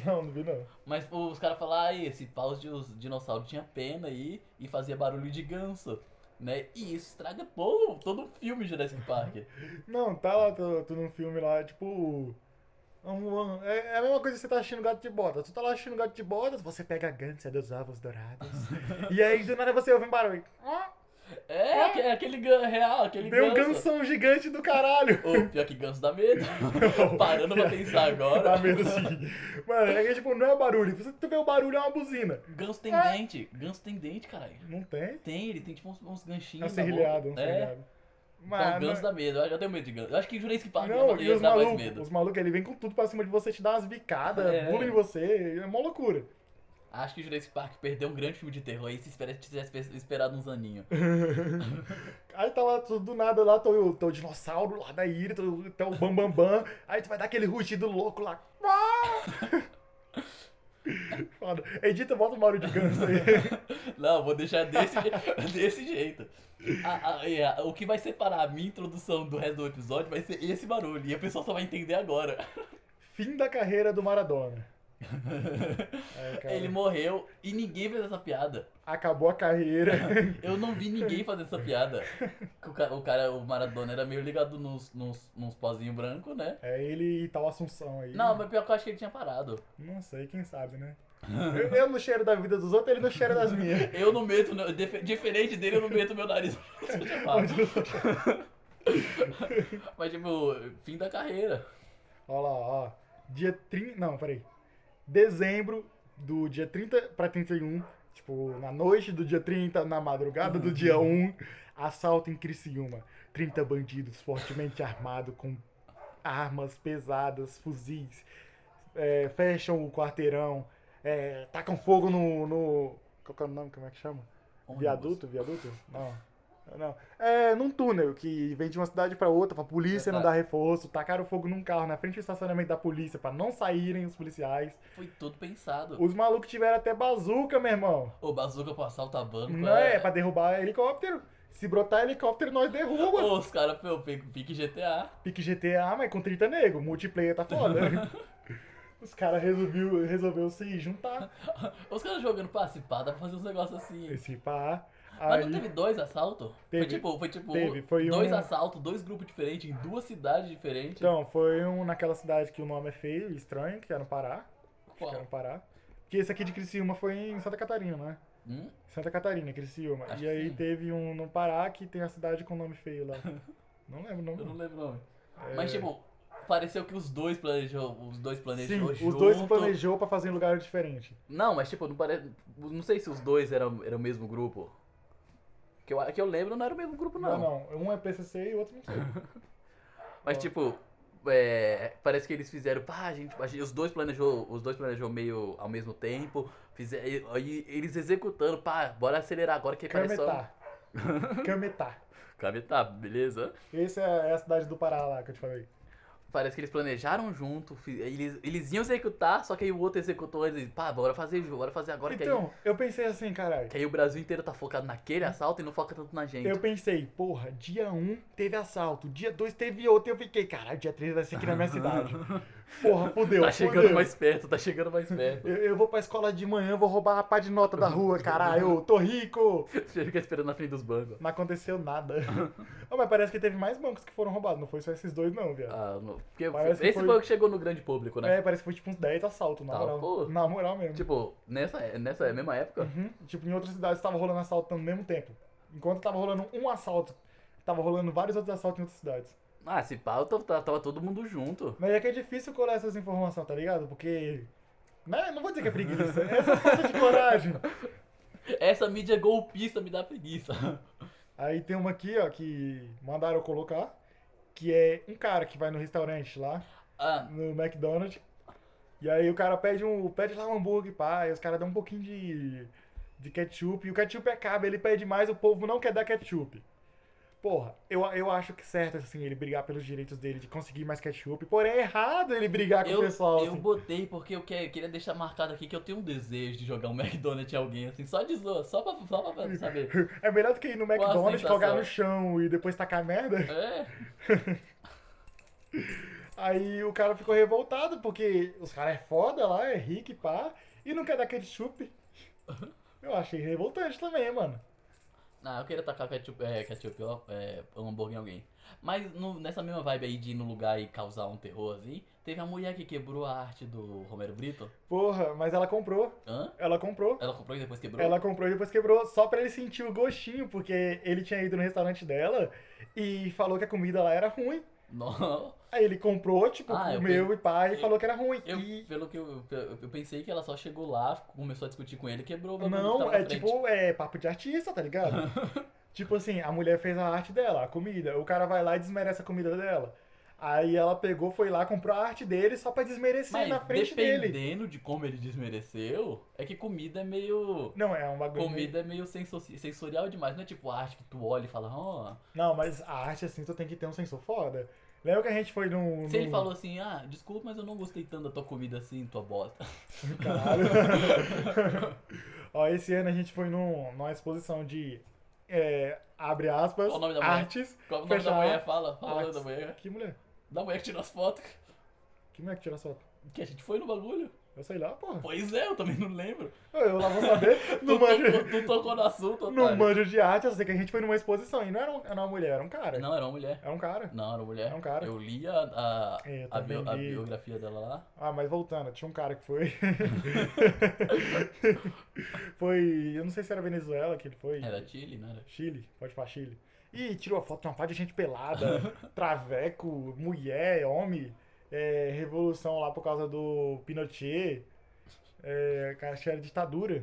Speaker 2: Não, não vi não.
Speaker 1: Mas os caras falaram, ah, esse pau de os dinossauros tinha pena aí e fazia barulho de ganso. Né? E isso estraga todo, todo o filme Jurassic Park.
Speaker 2: Não, tá lá, tu, tu num filme lá, tipo. um- um- é, é a mesma coisa que você tá assistindo gato de botas. Tu tá lá assistindo gato de botas, você pega a ganância dos ovos dourados. e aí do nada você ouve um barulho. Ah,
Speaker 1: É, aque- é aquele gan- real, aquele
Speaker 2: Deu um
Speaker 1: ganso.
Speaker 2: ganção gigante do caralho.
Speaker 1: Ô, pior que ganso dá medo. Parando
Speaker 2: (laughs)
Speaker 1: pra pensar
Speaker 2: Dá
Speaker 1: agora.
Speaker 2: medo Tá assim. Mano, é que tipo, não é barulho. Se tu vê o barulho, é uma buzina.
Speaker 1: Ganso tem
Speaker 2: É.
Speaker 1: dente. Ganso tem dente, caralho.
Speaker 2: Não tem.
Speaker 1: Tem, ele tem tipo uns, uns
Speaker 2: É um
Speaker 1: ganchinhos. na
Speaker 2: serrilhado, é um
Speaker 1: boca. É,
Speaker 2: serrilhado.
Speaker 1: então,
Speaker 2: Mas.
Speaker 1: ganso dá medo. Eu já tenho medo de ganso. Eu acho que Jurassic Park é
Speaker 2: Não, e
Speaker 1: ia
Speaker 2: os
Speaker 1: dar mais
Speaker 2: malucos,
Speaker 1: medo.
Speaker 2: os malucos, ele vem com tudo pra cima de você, te dá umas bicadas,
Speaker 1: É.
Speaker 2: bullying em você, é uma loucura.
Speaker 1: Acho que Jurassic Park perdeu um grande filme de terror e se espera- tivesse pe- esperado uns aninhos. (laughs)
Speaker 2: Aí tá lá, tu- do nada lá, tô, tô o dinossauro lá da ilha, tô, tá o bambambam. Bam, bam. Aí tu vai dar aquele rugido louco lá. (laughs) Foda. Edita, bota o Mauro de Ganso aí. (laughs)
Speaker 1: Não, vou deixar desse, je- (laughs) desse jeito. A- a- é, o que vai separar a minha introdução do resto do episódio vai ser esse barulho. E a pessoa só vai entender agora. (laughs)
Speaker 2: Fim da carreira do Maradona. É, cara,
Speaker 1: Ele morreu e ninguém fez essa piada.
Speaker 2: Acabou a carreira. (laughs)
Speaker 1: Eu não vi ninguém fazer essa piada. Que O cara, o, cara, o Maradona era meio ligado nos, nos, nos pozinhos brancos, né?
Speaker 2: É ele e tal Assunção aí.
Speaker 1: Não, mas pior que eu acho que ele tinha parado.
Speaker 2: Não sei, quem sabe, né? Eu, eu no cheiro da vida dos outros, ele no cheiro
Speaker 1: (laughs)
Speaker 2: das minhas.
Speaker 1: Eu não meto, não- dif- diferente dele, eu não meto meu nariz. mas tipo, fim da carreira.
Speaker 2: Olha lá, ó. Dia 30. Não, peraí. Dezembro, do dia 30 pra 31. Tipo, na noite do dia 30, na madrugada do dia 1. Assalto em Criciúma. 30 bandidos fortemente armados com armas pesadas, fuzis. é, fecham o quarteirão. É, tacam fogo no, no. Qual que é o nome? Como é que chama?
Speaker 1: Ônibus.
Speaker 2: Viaduto? Viaduto? Não. Não. É num túnel que vem de uma cidade pra outra, pra polícia
Speaker 1: É,
Speaker 2: não dar reforço, tacaram fogo num carro na frente do estacionamento da polícia pra não saírem os policiais.
Speaker 1: Foi tudo pensado.
Speaker 2: Os malucos tiveram até bazuca, meu irmão.
Speaker 1: O bazuca pro assalto a banco.
Speaker 2: Não é, pra derrubar helicóptero. Se brotar helicóptero,
Speaker 1: (laughs)
Speaker 2: nós derruba.
Speaker 1: Ô, Os caras, pô, pique pique GTA.
Speaker 2: Pique GTA, mas com 30 nego, multiplayer tá foda.
Speaker 1: (laughs)
Speaker 2: Os caras resolveu, resolveu se juntar.
Speaker 1: Os caras jogando pra cipar, dá pra fazer uns negócios assim.
Speaker 2: Esse pá.
Speaker 1: Mas não
Speaker 2: Aí
Speaker 1: teve dois assaltos? Foi
Speaker 2: Teve.
Speaker 1: tipo, foi tipo
Speaker 2: Teve, foi
Speaker 1: dois
Speaker 2: um-
Speaker 1: assaltos, dois grupos diferentes, em duas cidades diferentes.
Speaker 2: Então, foi um naquela cidade que o nome é feio e estranho, que era no Pará.
Speaker 1: Qual?
Speaker 2: Quero parar. Porque esse aqui de Criciúma foi em Santa Catarina, né?
Speaker 1: Hum?
Speaker 2: Santa Catarina, Criciúma.
Speaker 1: Acho
Speaker 2: e
Speaker 1: que
Speaker 2: aí
Speaker 1: sim.
Speaker 2: teve um no Pará que tem a cidade com nome
Speaker 1: (laughs)
Speaker 2: feio lá. Não lembro o
Speaker 1: Eu não
Speaker 2: nome.
Speaker 1: lembro o nome.
Speaker 2: É.
Speaker 1: Mas tipo, pareceu que os dois planejou, os dois
Speaker 2: Sim,
Speaker 1: planejou
Speaker 2: os dois
Speaker 1: junto.
Speaker 2: planejou pra fazer em lugar diferente.
Speaker 1: Não, mas tipo, não parece, não sei se os dois eram, eram o mesmo grupo. Que eu, que eu lembro não era o mesmo grupo
Speaker 2: Não, não. Um é PCC e o outro não
Speaker 1: (laughs)
Speaker 2: sei.
Speaker 1: Mas
Speaker 2: Ó.
Speaker 1: tipo, é, parece que eles fizeram, pá, a gente, a gente- os dois planejou, os dois planejou meio ao mesmo tempo, fizeram, aí eles executando, pá, bora acelerar agora que pareceu.
Speaker 2: Cametá.
Speaker 1: um.
Speaker 2: Cametá.
Speaker 1: Cametá, beleza?
Speaker 2: Essa é a cidade do Pará lá que eu te falei.
Speaker 1: Parece que eles planejaram junto, fi- eles, eles iam executar, só que aí o outro executou, eles, pá, bora fazer, ju- bora fazer agora que é aí-
Speaker 2: Então, eu pensei assim, caralho.
Speaker 1: Que aí o Brasil inteiro tá focado naquele assalto e não foca tanto na gente.
Speaker 2: Eu pensei, porra, dia 1 teve assalto, dia 2 teve outro, e eu fiquei, caralho, dia 3 vai ser aqui na minha
Speaker 1: (laughs)
Speaker 2: cidade. Porra, fudeu,
Speaker 1: tá chegando
Speaker 2: fudeu.
Speaker 1: mais perto, tá chegando mais perto. (laughs)
Speaker 2: Eu, eu vou pra escola de manhã, vou roubar a pá de nota da rua, caralho, tô rico!
Speaker 1: Fica esperando na frente dos bancos.
Speaker 2: Não
Speaker 1: (laughs)
Speaker 2: aconteceu nada. Ô, mas parece que teve mais bancos que foram roubados, não foi só esses dois, não, viado.
Speaker 1: Ah, não. Porque
Speaker 2: Parece que
Speaker 1: esse
Speaker 2: foi-
Speaker 1: foi o que chegou no grande público, né?
Speaker 2: É, parece que foi tipo uns 10 assaltos, na
Speaker 1: Tá,
Speaker 2: moral.
Speaker 1: pô.
Speaker 2: Na moral mesmo. Tipo,
Speaker 1: Tipo, é. nessa, nessa mesma época,
Speaker 2: tipo, em outras cidades tava rolando assalto no mesmo tempo. Enquanto tava rolando um assalto, tava rolando vários outros assaltos em outras cidades.
Speaker 1: ah, se pá, eu tava, tava todo mundo junto.
Speaker 2: Mas é que é difícil colar essas informações, tá ligado? Porque. Né? Não vou dizer que é preguiça, é essa falta de coragem.
Speaker 1: Essa mídia golpista me dá preguiça.
Speaker 2: Aí tem uma aqui, ó, que mandaram eu colocar, que é um cara que vai no restaurante lá,
Speaker 1: Ah,
Speaker 2: no McDonald's, e aí o cara pede um, pede lá um hambúrguer, pá, e os caras dão um pouquinho de, de ketchup, e o ketchup acaba, ele pede mais, o povo não quer dar ketchup. Porra, eu, eu acho que certo, assim, ele brigar pelos direitos dele de conseguir mais ketchup, porém é errado ele brigar com
Speaker 1: eu,
Speaker 2: o pessoal,
Speaker 1: eu
Speaker 2: assim.
Speaker 1: botei porque eu que- queria deixar marcado aqui que eu tenho um desejo de jogar um (laughs) McDonald's em alguém, assim, só de zoa, só pra, só
Speaker 2: (laughs)
Speaker 1: pra saber.
Speaker 2: É melhor do que ir no McDonald's,
Speaker 1: sensação.
Speaker 2: jogar no chão e depois tacar merda.
Speaker 1: É,
Speaker 2: Aí o cara ficou revoltado, porque os caras é foda lá, é rico e pá, e não quer dar
Speaker 1: (laughs)
Speaker 2: ketchup. Eu achei revoltante também, mano.
Speaker 1: Ah, eu queria tacar ketchup, é, ketchup ó, é, um hambúrguer em alguém. Mas no- nessa mesma vibe aí de ir no lugar e causar um terror assim, teve a mulher que quebrou a arte do Romero Brito.
Speaker 2: Porra, mas ela comprou,
Speaker 1: Hã?
Speaker 2: ela comprou.
Speaker 1: Ela comprou e depois quebrou?
Speaker 2: Ela comprou e depois quebrou, só pra ele sentir o gostinho, porque ele tinha ido no restaurante dela e falou que a comida lá era ruim. (laughs)
Speaker 1: Não.
Speaker 2: Aí ele comprou, tipo,
Speaker 1: Ah, eu
Speaker 2: comeu e pá, e
Speaker 1: eu-
Speaker 2: falou que era ruim.
Speaker 1: Eu,
Speaker 2: E
Speaker 1: pelo que eu, eu eu pensei que ela só chegou lá, começou a discutir com ele e quebrou o bagulho que
Speaker 2: Não,
Speaker 1: tava na
Speaker 2: é
Speaker 1: frente.
Speaker 2: tipo, é papo de artista, tá ligado?
Speaker 1: (laughs)
Speaker 2: tipo assim, a mulher fez a arte dela, a comida. O cara vai lá e desmerece a comida dela. Aí ela pegou, foi lá, comprou a arte dele só pra desmerecer
Speaker 1: Mas
Speaker 2: na frente
Speaker 1: dependendo
Speaker 2: dele.
Speaker 1: de como ele desmereceu, é que comida é meio.
Speaker 2: Não, é um bagulho.
Speaker 1: Comida é meio senso- sensorial demais, não é tipo arte que tu olha e fala, ó.
Speaker 2: Não, mas a arte assim, tu tem que ter um sensor foda. Lembra que a gente foi num.
Speaker 1: Se ele
Speaker 2: num-
Speaker 1: falou assim, ah, desculpa, mas eu não gostei tanto da tua comida assim, tua bosta. (laughs)
Speaker 2: Caralho. Ó, esse ano a gente foi num, numa exposição de. é, abre aspas.
Speaker 1: Qual o nome da mulher?
Speaker 2: artes.
Speaker 1: Qual o nome da
Speaker 2: Fechar.
Speaker 1: mulher? Fala, fala o nome da
Speaker 2: Artes.
Speaker 1: mulher.
Speaker 2: Que mulher?
Speaker 1: Da mulher que tirou as fotos.
Speaker 2: Que não é que tira soco?
Speaker 1: Que a gente foi no bagulho?
Speaker 2: Eu sei lá, porra.
Speaker 1: Pois é, eu também não lembro.
Speaker 2: Eu lá vou
Speaker 1: (laughs)
Speaker 2: saber.
Speaker 1: tu, tu-
Speaker 2: não manjo,
Speaker 1: tu- tu tocou no assunto,
Speaker 2: não
Speaker 1: otário.
Speaker 2: manjo de arte, eu sei que a gente foi numa exposição. E não era, um- era uma mulher, era um cara.
Speaker 1: Não, era uma mulher.
Speaker 2: Era um cara.
Speaker 1: Não, era uma mulher.
Speaker 2: Era um cara.
Speaker 1: Eu li a, a,
Speaker 2: É, eu
Speaker 1: a,
Speaker 2: também
Speaker 1: bio- a
Speaker 2: li.
Speaker 1: biografia dela
Speaker 2: (laughs)
Speaker 1: lá.
Speaker 2: Ah, mas voltando, tinha um cara que foi. (laughs) foi. Eu não sei se era Venezuela que ele foi.
Speaker 1: Era Chile, não era?
Speaker 2: Chile, pode falar Chile. E tirou a foto de uma parte de gente pelada,
Speaker 1: (laughs)
Speaker 2: traveco, mulher, homem, é, revolução lá por causa do Pinochet, é, cara, acho que era ditadura.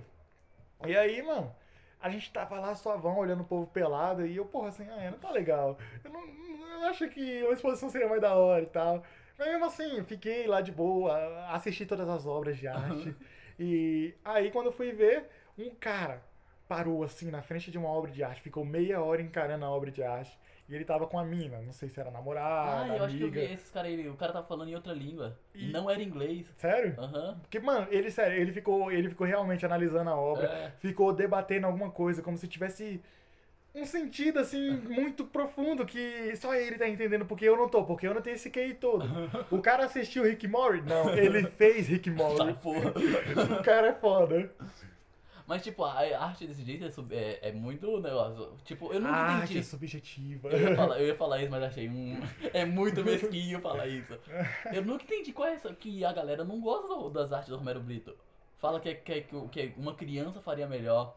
Speaker 2: E aí, mano, a gente tava lá suavão, olhando o povo pelado, e eu, porra, assim, ah, não tá legal. Eu não, não- eu acho que uma exposição seria mais da hora e tal. Mas mesmo assim, fiquei lá de boa, assisti todas as obras de arte. E aí, quando eu fui ver, um cara parou assim na frente de uma obra de arte, ficou meia hora encarando a obra de arte. E ele tava com a mina, não sei se era
Speaker 1: Ah,
Speaker 2: namorada,
Speaker 1: eu acho que eu vi
Speaker 2: amiga.
Speaker 1: esses caras aí. O cara tava falando em outra língua. E
Speaker 2: E-
Speaker 1: não era inglês.
Speaker 2: Sério?
Speaker 1: Aham.
Speaker 2: Porque, mano, ele, sério, ele ficou, ele ficou realmente analisando a obra,
Speaker 1: É.
Speaker 2: ficou debatendo alguma coisa, como se tivesse um
Speaker 1: (laughs)
Speaker 2: sentido, assim, muito profundo, que só ele tá entendendo, porque eu não tô, porque eu não tenho esse QI
Speaker 1: (laughs)
Speaker 2: todo. O cara assistiu Rick Mori? Não, ele fez Rick
Speaker 1: Tá,
Speaker 2: Mori.
Speaker 1: porra.
Speaker 2: O cara é foda.
Speaker 1: Mas, tipo, a a arte desse jeito é, sub- é, é muito negócio. Tipo, eu nunca
Speaker 2: A arte é
Speaker 1: entendi.
Speaker 2: subjetiva.
Speaker 1: Eu ia,
Speaker 2: (laughs)
Speaker 1: falar, eu ia falar isso, mas achei um. É muito mesquinho falar isso. Eu nunca entendi qual é essa. Que a galera não gosta do- das artes do Romero Brito. Fala que, é- que, é- que uma criança faria melhor.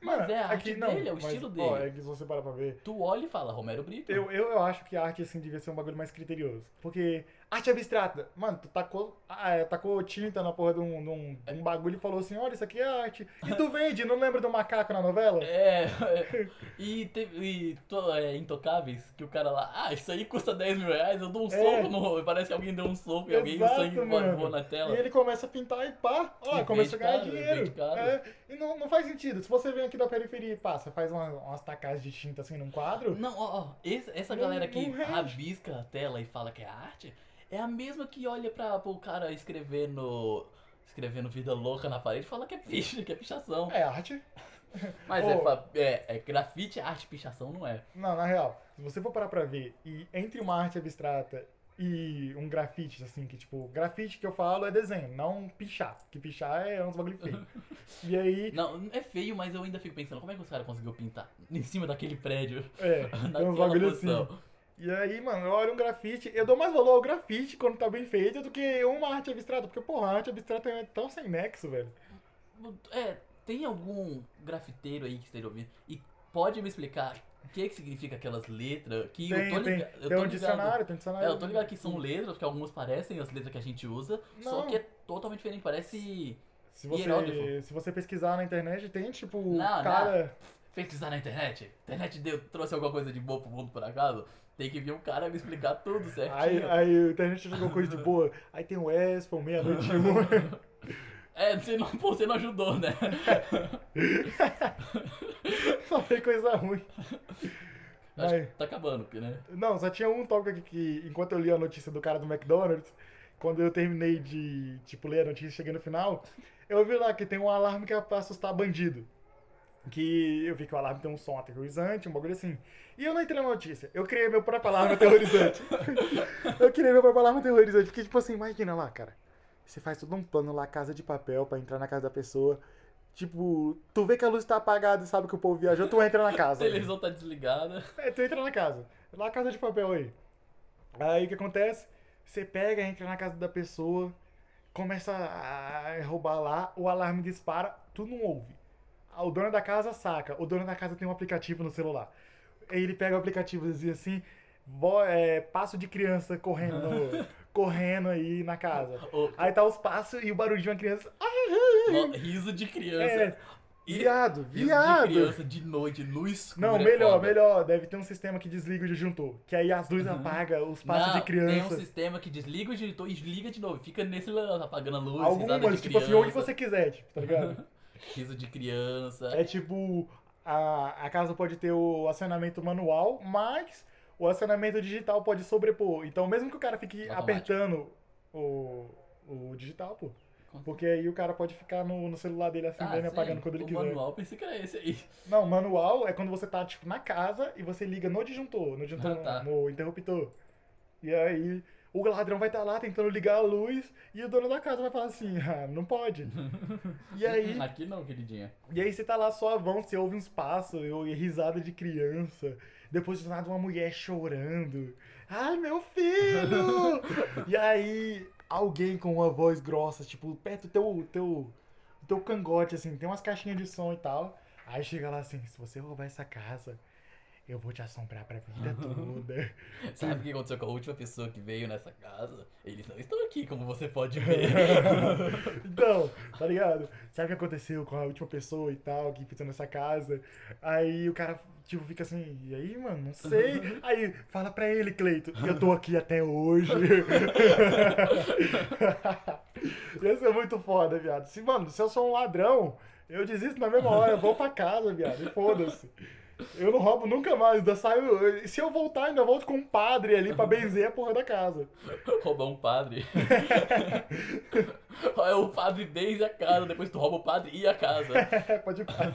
Speaker 1: Mas é a arte dele, é o
Speaker 2: mas,
Speaker 1: estilo
Speaker 2: Ó,
Speaker 1: dele.
Speaker 2: é que se você parar pra ver,
Speaker 1: Tu olha e fala, Romero Brito.
Speaker 2: Eu, eu, eu acho que a arte, assim, devia ser um bagulho mais criterioso. Porque arte abstrata, mano, tu tacou, ah, é, tacou tinta na porra de um, de um, de um bagulho e falou assim, olha, isso aqui é arte. E tu vende, não lembra do macaco na novela?
Speaker 1: É, (laughs) é. e teve e to- é, Intocáveis, que o cara lá, ah, isso aí custa 10 mil reais, eu dou um
Speaker 2: É.
Speaker 1: soco no. Parece que alguém deu um soco e alguém
Speaker 2: Exato,
Speaker 1: o sangue
Speaker 2: mano.
Speaker 1: voou na tela.
Speaker 2: E ele começa a pintar e pá, ó,
Speaker 1: E
Speaker 2: começa a
Speaker 1: vende
Speaker 2: ganhar
Speaker 1: caro,
Speaker 2: dinheiro.
Speaker 1: vende caro.
Speaker 2: É, e não, não faz sentido. Se você vem aqui da periferia e passa, faz uma- umas tacadas de tinta assim num quadro,
Speaker 1: Não, ó, ó, esse- essa
Speaker 2: Não-
Speaker 1: galera
Speaker 2: não
Speaker 1: que
Speaker 2: rende.
Speaker 1: rabisca a tela e fala que é arte é a mesma que olha pra, pro cara escrevendo. escrevendo vida louca na parede e fala que é picha, que é pichação.
Speaker 2: é arte.
Speaker 1: Mas é
Speaker 2: Ô.
Speaker 1: fa- é, é, grafite, arte, pichação não é.
Speaker 2: Não, na real, se você for parar pra ver, e entre uma arte abstrata e um grafite, assim, que tipo, grafite que eu falo é desenho, não pichar. Que pichar é uns bagulho
Speaker 1: (laughs)
Speaker 2: feio. E aí,
Speaker 1: Não, é feio, mas eu ainda fico pensando, como é que os caras conseguiu pintar em cima daquele prédio? (laughs)
Speaker 2: é, é uns
Speaker 1: Naquela
Speaker 2: bagulho
Speaker 1: posição.
Speaker 2: assim. E aí, mano, eu olho um grafite, eu dou mais valor ao grafite quando tá bem feito do que uma arte abstrata, porque, porra, a arte abstrata é tão sem nexo, velho.
Speaker 1: É, tem algum grafiteiro aí que esteja ouvindo e pode me explicar o que, que significa aquelas letras que eu tô
Speaker 2: Tem, tem,
Speaker 1: ligado. eu
Speaker 2: tem
Speaker 1: tô
Speaker 2: um
Speaker 1: ligado.
Speaker 2: dicionário, tem um dicionário.
Speaker 1: É, eu tô ligado que são letras, que algumas parecem as letras que a gente usa, só
Speaker 2: Não.
Speaker 1: que é totalmente diferente, parece
Speaker 2: Se você,
Speaker 1: hieróglifo.
Speaker 2: se você pesquisar na internet, tem, tipo,
Speaker 1: Não,
Speaker 2: cara...
Speaker 1: pesquisar na internet. Internet deu, trouxe alguma coisa de boa pro mundo por acaso, tem que vir um cara me explicar tudo
Speaker 2: Aí,
Speaker 1: certinho.
Speaker 2: aí a internet jogou coisa de boa. Aí tem o Espel, meia-noite e
Speaker 1: (laughs)
Speaker 2: uma.
Speaker 1: É, você não, pô, você não ajudou, né?
Speaker 2: Só tem coisa ruim.
Speaker 1: Acho
Speaker 2: Mas-
Speaker 1: que tá acabando, porque, né?
Speaker 2: não, só tinha um tópico aqui que, enquanto eu li a notícia do cara do McDonald's, quando eu terminei de, tipo, ler a notícia e cheguei no final, eu vi lá que tem um alarme que é pra assustar bandido. Que eu vi que o alarme tem um som aterrorizante, um bagulho assim. E eu não entrei na notícia. Eu criei meu próprio alarme aterrorizante. eu criei meu próprio alarme aterrorizante. Porque, tipo assim, imagina lá, cara. Você faz todo um plano lá, casa de papel, pra entrar na casa da pessoa. Tipo, tu vê que a luz tá apagada e sabe que o povo viajou, tu entra na
Speaker 1: A
Speaker 2: casa.
Speaker 1: televisão tá desligada.
Speaker 2: É, tu entra na casa. Lá casa de papel aí. Aí o que acontece? Você pega, entra na casa da pessoa, começa a roubar lá, o alarme dispara, tu não ouve. Ah, O dono da casa saca, o dono da casa tem um aplicativo no celular. Ele pega o aplicativo e diz assim, "Vo- é, passo de criança correndo,
Speaker 1: (laughs)
Speaker 2: no- correndo aí na casa.
Speaker 1: Ô,
Speaker 2: Aí tá os passos e o barulho de uma criança. Ah,
Speaker 1: no- riso de criança.
Speaker 2: é, viado,
Speaker 1: Riso de
Speaker 2: viado.
Speaker 1: criança de noite, no escuro.
Speaker 2: Não,
Speaker 1: é
Speaker 2: melhor,
Speaker 1: foda. Uhum.
Speaker 2: melhor. Deve ter um sistema que desliga o disjuntor. Que aí as luzes apagam, os passos
Speaker 1: Não,
Speaker 2: de
Speaker 1: Tem um
Speaker 2: criança.
Speaker 1: sistema que desliga o diretor e desliga de novo. Fica nesse lance, apagando a luz, risada de
Speaker 2: Algumas, tipo
Speaker 1: criança.
Speaker 2: assim, onde você quiser, tipo, tá
Speaker 1: (laughs)
Speaker 2: ligado?
Speaker 1: Riso de criança.
Speaker 2: é tipo, a, a casa pode ter o acionamento manual, mas o acionamento digital pode sobrepor. Então, mesmo que o cara fique
Speaker 1: Automático.
Speaker 2: apertando o, o digital, pô. Porque aí o cara pode ficar no, no celular dele
Speaker 1: Ah,
Speaker 2: acendendo e
Speaker 1: sim,
Speaker 2: apagando quando ele
Speaker 1: o
Speaker 2: quiser.
Speaker 1: manual, pensei que era esse aí.
Speaker 2: Não, manual é quando você tá, tipo, na casa e você liga no disjuntor, no disjuntor
Speaker 1: Ah,
Speaker 2: não,
Speaker 1: tá.
Speaker 2: no interruptor. E aí o ladrão vai estar lá tentando ligar a luz e o dono da casa vai falar assim, ah, não pode. e
Speaker 1: (laughs)
Speaker 2: aí,
Speaker 1: Aqui não, queridinha.
Speaker 2: e aí você tá lá só avão, você ouve uns passos, eu e risada de criança. Depois do nada uma mulher chorando. Ai, meu filho! e aí, alguém com uma voz grossa, tipo, perto do teu, teu, teu cangote, assim, tem umas caixinhas de som e tal. Aí chega lá assim, se você roubar essa casa, eu vou te assombrar pra vida toda.
Speaker 1: Sabe o que aconteceu com a última pessoa que veio nessa casa? Eles não estão aqui, como você pode
Speaker 2: (laughs)
Speaker 1: ver.
Speaker 2: Então, tá ligado? Sabe o que aconteceu com a última pessoa e tal, que pisou nessa casa? Aí o cara, tipo, fica assim, e aí, mano, não sei. Aí, fala pra ele, Cleito, eu tô aqui até hoje. (laughs) Ia ser muito foda, viado. Se, mano, se eu sou um ladrão, eu desisto na mesma hora, eu vou pra casa, viado, e foda-se. Eu não roubo nunca mais, ainda saio. Se eu voltar, ainda volto com um padre ali pra benzer a porra da casa.
Speaker 1: Roubar um
Speaker 2: (laughs)
Speaker 1: padre. é o padre desde a casa, depois tu rouba o padre e a casa.
Speaker 2: É, pode
Speaker 1: (laughs)
Speaker 2: ir pra-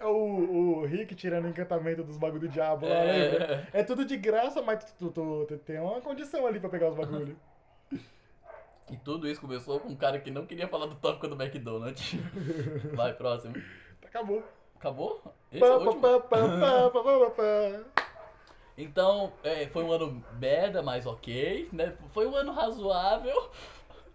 Speaker 2: É o, o Rick tirando o encantamento dos bagulho do diabo lá, lembra?
Speaker 1: É,
Speaker 2: É tudo de graça, mas tu, tu- tu- tu tem uma condição ali pra pegar os bagulhos.
Speaker 1: e tudo isso começou com um cara que não queria falar do tópico do
Speaker 2: (laughs)
Speaker 1: McDonald's. Vai, próximo.
Speaker 2: Acabou.
Speaker 1: Acabou? Esse é
Speaker 2: Pá,
Speaker 1: o
Speaker 2: pá,
Speaker 1: último?
Speaker 2: pá, pá, pá, pá, pá, pá.
Speaker 1: Então, é, foi um ano merda, mas ok, né? Foi um ano razoável.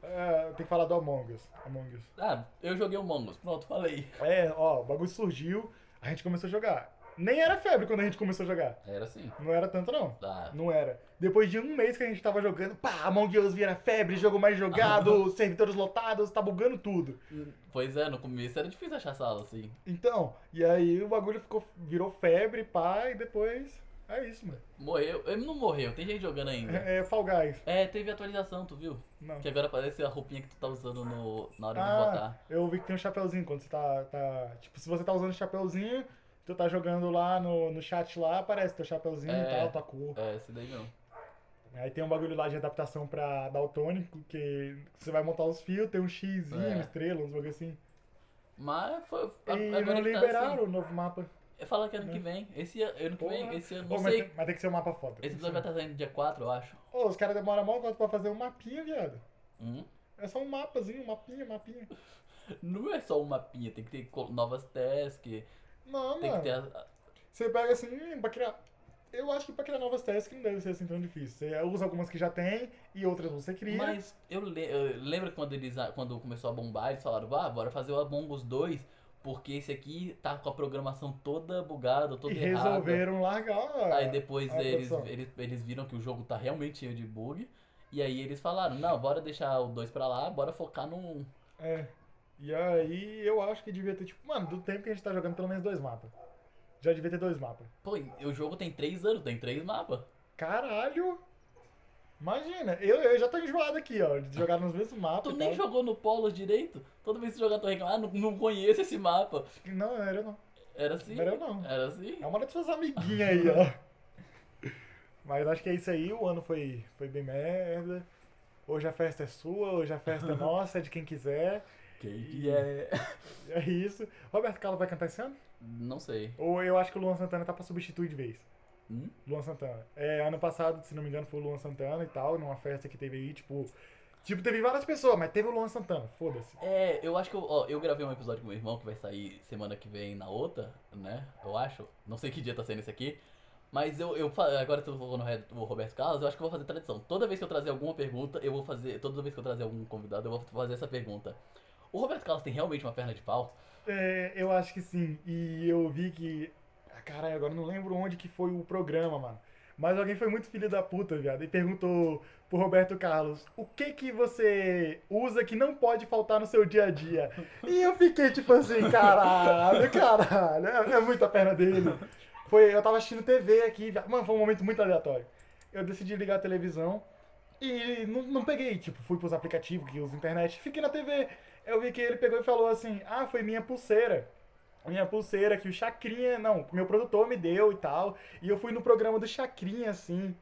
Speaker 2: É, tem que falar do Among Us. Among Us.
Speaker 1: Ah, eu joguei o Mongos, pronto, falei.
Speaker 2: É, ó, o bagulho surgiu, a gente começou a jogar. Nem era febre quando a gente começou a jogar.
Speaker 1: Era assim.
Speaker 2: Não era tanto, não.
Speaker 1: Ah,
Speaker 2: Não era. Depois de um mês que a gente tava jogando, pá, Among Us vira febre, jogo mais
Speaker 1: (laughs)
Speaker 2: jogado, servidores lotados, tá bugando tudo. hum.
Speaker 1: pois é, no começo era difícil achar sala assim.
Speaker 2: Então, e aí o bagulho ficou, virou febre, pá, e depois. É isso, mano.
Speaker 1: Morreu, ele não morreu, tem gente jogando
Speaker 2: (laughs)
Speaker 1: ainda.
Speaker 2: É, é Fall Guys.
Speaker 1: É, teve atualização, tu viu?
Speaker 2: Não.
Speaker 1: Que agora parece a roupinha que tu tá usando no, na hora
Speaker 2: Ah.
Speaker 1: de votar.
Speaker 2: Eu vi que tem um chapeuzinho quando você tá. tá- tipo, se você tá usando o chapeuzinho, tu tá jogando lá no, no chat lá, aparece teu chapeuzinho e
Speaker 1: É.
Speaker 2: tal, tua cor.
Speaker 1: É, esse daí não.
Speaker 2: Aí tem um bagulho lá de adaptação pra daltônico, que você vai montar os fios, tem um xizinho,
Speaker 1: É.
Speaker 2: estrela, uns bagulho assim.
Speaker 1: Mas foi. a-
Speaker 2: E
Speaker 1: agora
Speaker 2: não
Speaker 1: que tá
Speaker 2: liberaram
Speaker 1: assim.
Speaker 2: o novo mapa.
Speaker 1: É, Fala que ano que vem. Esse ano ano que
Speaker 2: Porra.
Speaker 1: vem, esse ano,
Speaker 2: Pô,
Speaker 1: não
Speaker 2: mas,
Speaker 1: sei.
Speaker 2: tem, mas tem que ser um mapa foda.
Speaker 1: Esse episódio vai estar saindo dia 4, eu acho.
Speaker 2: Ô, os caras demoram mal quanto pra fazer um mapinha, viado.
Speaker 1: Hum?
Speaker 2: É só um mapazinho, um mapinha, mapinha.
Speaker 1: Não é só um mapinha, tem que ter co- novas tasks,
Speaker 2: Não,
Speaker 1: tem que
Speaker 2: mano.
Speaker 1: ter. a- a-
Speaker 2: Você pega assim, hum, pra criar. Eu acho que pra criar novas testes que não deve ser assim tão difícil. Você usa algumas que já tem e outras você cria.
Speaker 1: Mas eu, le... eu lembro quando eles a- quando começou a bombar, eles falaram, ah, bora fazer o Among Us 2, porque esse aqui tá com a programação toda bugada,
Speaker 2: e
Speaker 1: toda errada.
Speaker 2: resolveram largar.
Speaker 1: Aí depois
Speaker 2: a
Speaker 1: eles,
Speaker 2: produção.
Speaker 1: eles, eles viram que o jogo tá realmente cheio de bug. E aí eles falaram, não, bora deixar o 2 pra lá, bora focar num.
Speaker 2: É. E aí eu acho que devia ter, tipo, mano, do tempo que a gente tá jogando, pelo menos dois mapas. Já devia ter dois mapas.
Speaker 1: Pô, e o jogo tem 3 anos, tem 3 mapas.
Speaker 2: Caralho! Imagina, eu, eu já tô enjoado aqui, ó, de jogar nos mesmos mapas.
Speaker 1: Tu
Speaker 2: e
Speaker 1: nem
Speaker 2: tal.
Speaker 1: jogou no Polo direito? Toda vez que tu jogar, tu reclama, ah, não, não conheço esse mapa.
Speaker 2: Não, não era eu não.
Speaker 1: Era assim?
Speaker 2: Não era eu não.
Speaker 1: Era assim?
Speaker 2: É uma das suas amiguinhas aí, ó. Mas acho que é isso aí. O ano foi, foi bem merda. Hoje a festa é sua, hoje a festa é nossa, é de quem quiser.
Speaker 1: Que é.
Speaker 2: É isso. Roberto Carlos vai cantar esse ano?
Speaker 1: Não sei.
Speaker 2: Ou eu acho que o Luan Santana tá pra substituir de vez.
Speaker 1: Hum?
Speaker 2: Luan Santana. É, ano passado, se não me engano, foi o Luan Santana e tal, numa festa que teve aí, tipo. Tipo, teve várias pessoas, mas teve o Luan Santana, foda-se.
Speaker 1: É, eu acho que eu, ó, eu gravei um episódio com meu irmão que vai sair semana que vem na outra, né? Eu acho. Não sei que dia tá saindo esse aqui. Mas eu, eu fa- agora que eu vou no Red- o Roberto Carlos, eu acho que eu vou fazer tradição. Toda vez que eu trazer alguma pergunta, eu vou fazer. Toda vez que eu trazer algum convidado, eu vou fazer essa pergunta. O Roberto Carlos tem realmente uma perna de pau? (laughs)
Speaker 2: É, eu acho que sim. E eu vi que. Ah, caralho, agora eu não lembro onde que foi o programa, mano. Mas alguém foi muito filho da puta, viado, e perguntou pro Roberto Carlos: o que que você usa que não pode faltar no seu dia a dia? E eu fiquei tipo assim: caralho, caralho, é, é muita perna dele. Foi, eu tava assistindo TV aqui, viado. mano, foi um momento muito aleatório. Eu decidi ligar a televisão e não, não peguei, tipo, fui pros aplicativos que usam internet, fiquei na TV. Eu vi que ele pegou e falou assim: Ah, foi minha pulseira. Minha pulseira que o Chacrinha, não, que meu produtor me deu e tal. E eu fui no programa do Chacrinha, assim.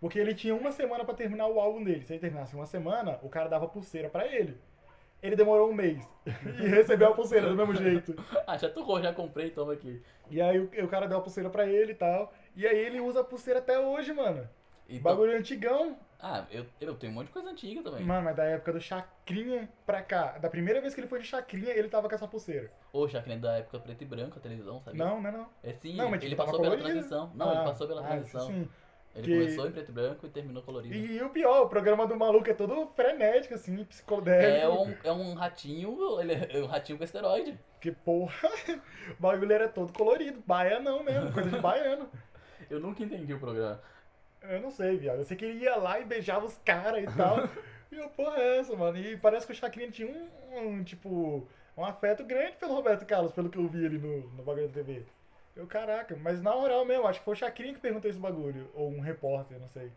Speaker 2: Porque ele tinha uma semana pra terminar o álbum dele. Se ele terminasse uma semana, o cara dava a pulseira pra ele. Ele demorou um mês (laughs) e recebeu a pulseira do mesmo jeito.
Speaker 1: Ah, já tocou, já comprei, toma aqui.
Speaker 2: E aí o, o cara deu a pulseira pra ele e tal. E aí ele usa a pulseira até hoje, mano.
Speaker 1: Então,
Speaker 2: Bagulho antigão.
Speaker 1: ah, eu, eu tenho um monte de coisa antiga também.
Speaker 2: Mano, mas da época do Chacrinha pra cá. Da primeira vez que ele foi de Chacrinha, ele tava com essa pulseira.
Speaker 1: Ou já que nem da época preta e branca, televisão, sabe?
Speaker 2: Não, não é não.
Speaker 1: É sim,
Speaker 2: Não, mas
Speaker 1: ele
Speaker 2: tipo,
Speaker 1: passou
Speaker 2: tava
Speaker 1: pela
Speaker 2: colorido.
Speaker 1: transição. Não, ele
Speaker 2: Ah,
Speaker 1: passou pela
Speaker 2: ah,
Speaker 1: transição.
Speaker 2: isso sim.
Speaker 1: Ele
Speaker 2: que-
Speaker 1: começou em preto e branco e terminou colorido.
Speaker 2: E, e o pior, o programa do maluco é todo frenético, assim, psicodélico.
Speaker 1: É um, é um ratinho, ele é um ratinho com esteroide.
Speaker 2: Que porra, (laughs) o bagulho era todo colorido, baianão mesmo, coisa de baiano.
Speaker 1: Eu nunca entendi o programa.
Speaker 2: Eu não sei, viado. Eu sei que ele ia lá e beijava os caras e
Speaker 1: (laughs)
Speaker 2: tal. e eu, porra, é essa, mano? E parece que o Chacrinha tinha um, um, tipo, um afeto grande pelo Roberto Carlos, pelo que eu vi ali no, no bagulho da TV. Eu, caraca, mas na moral mesmo, acho que foi o Chacrinha que perguntou esse bagulho, ou um repórter, não sei.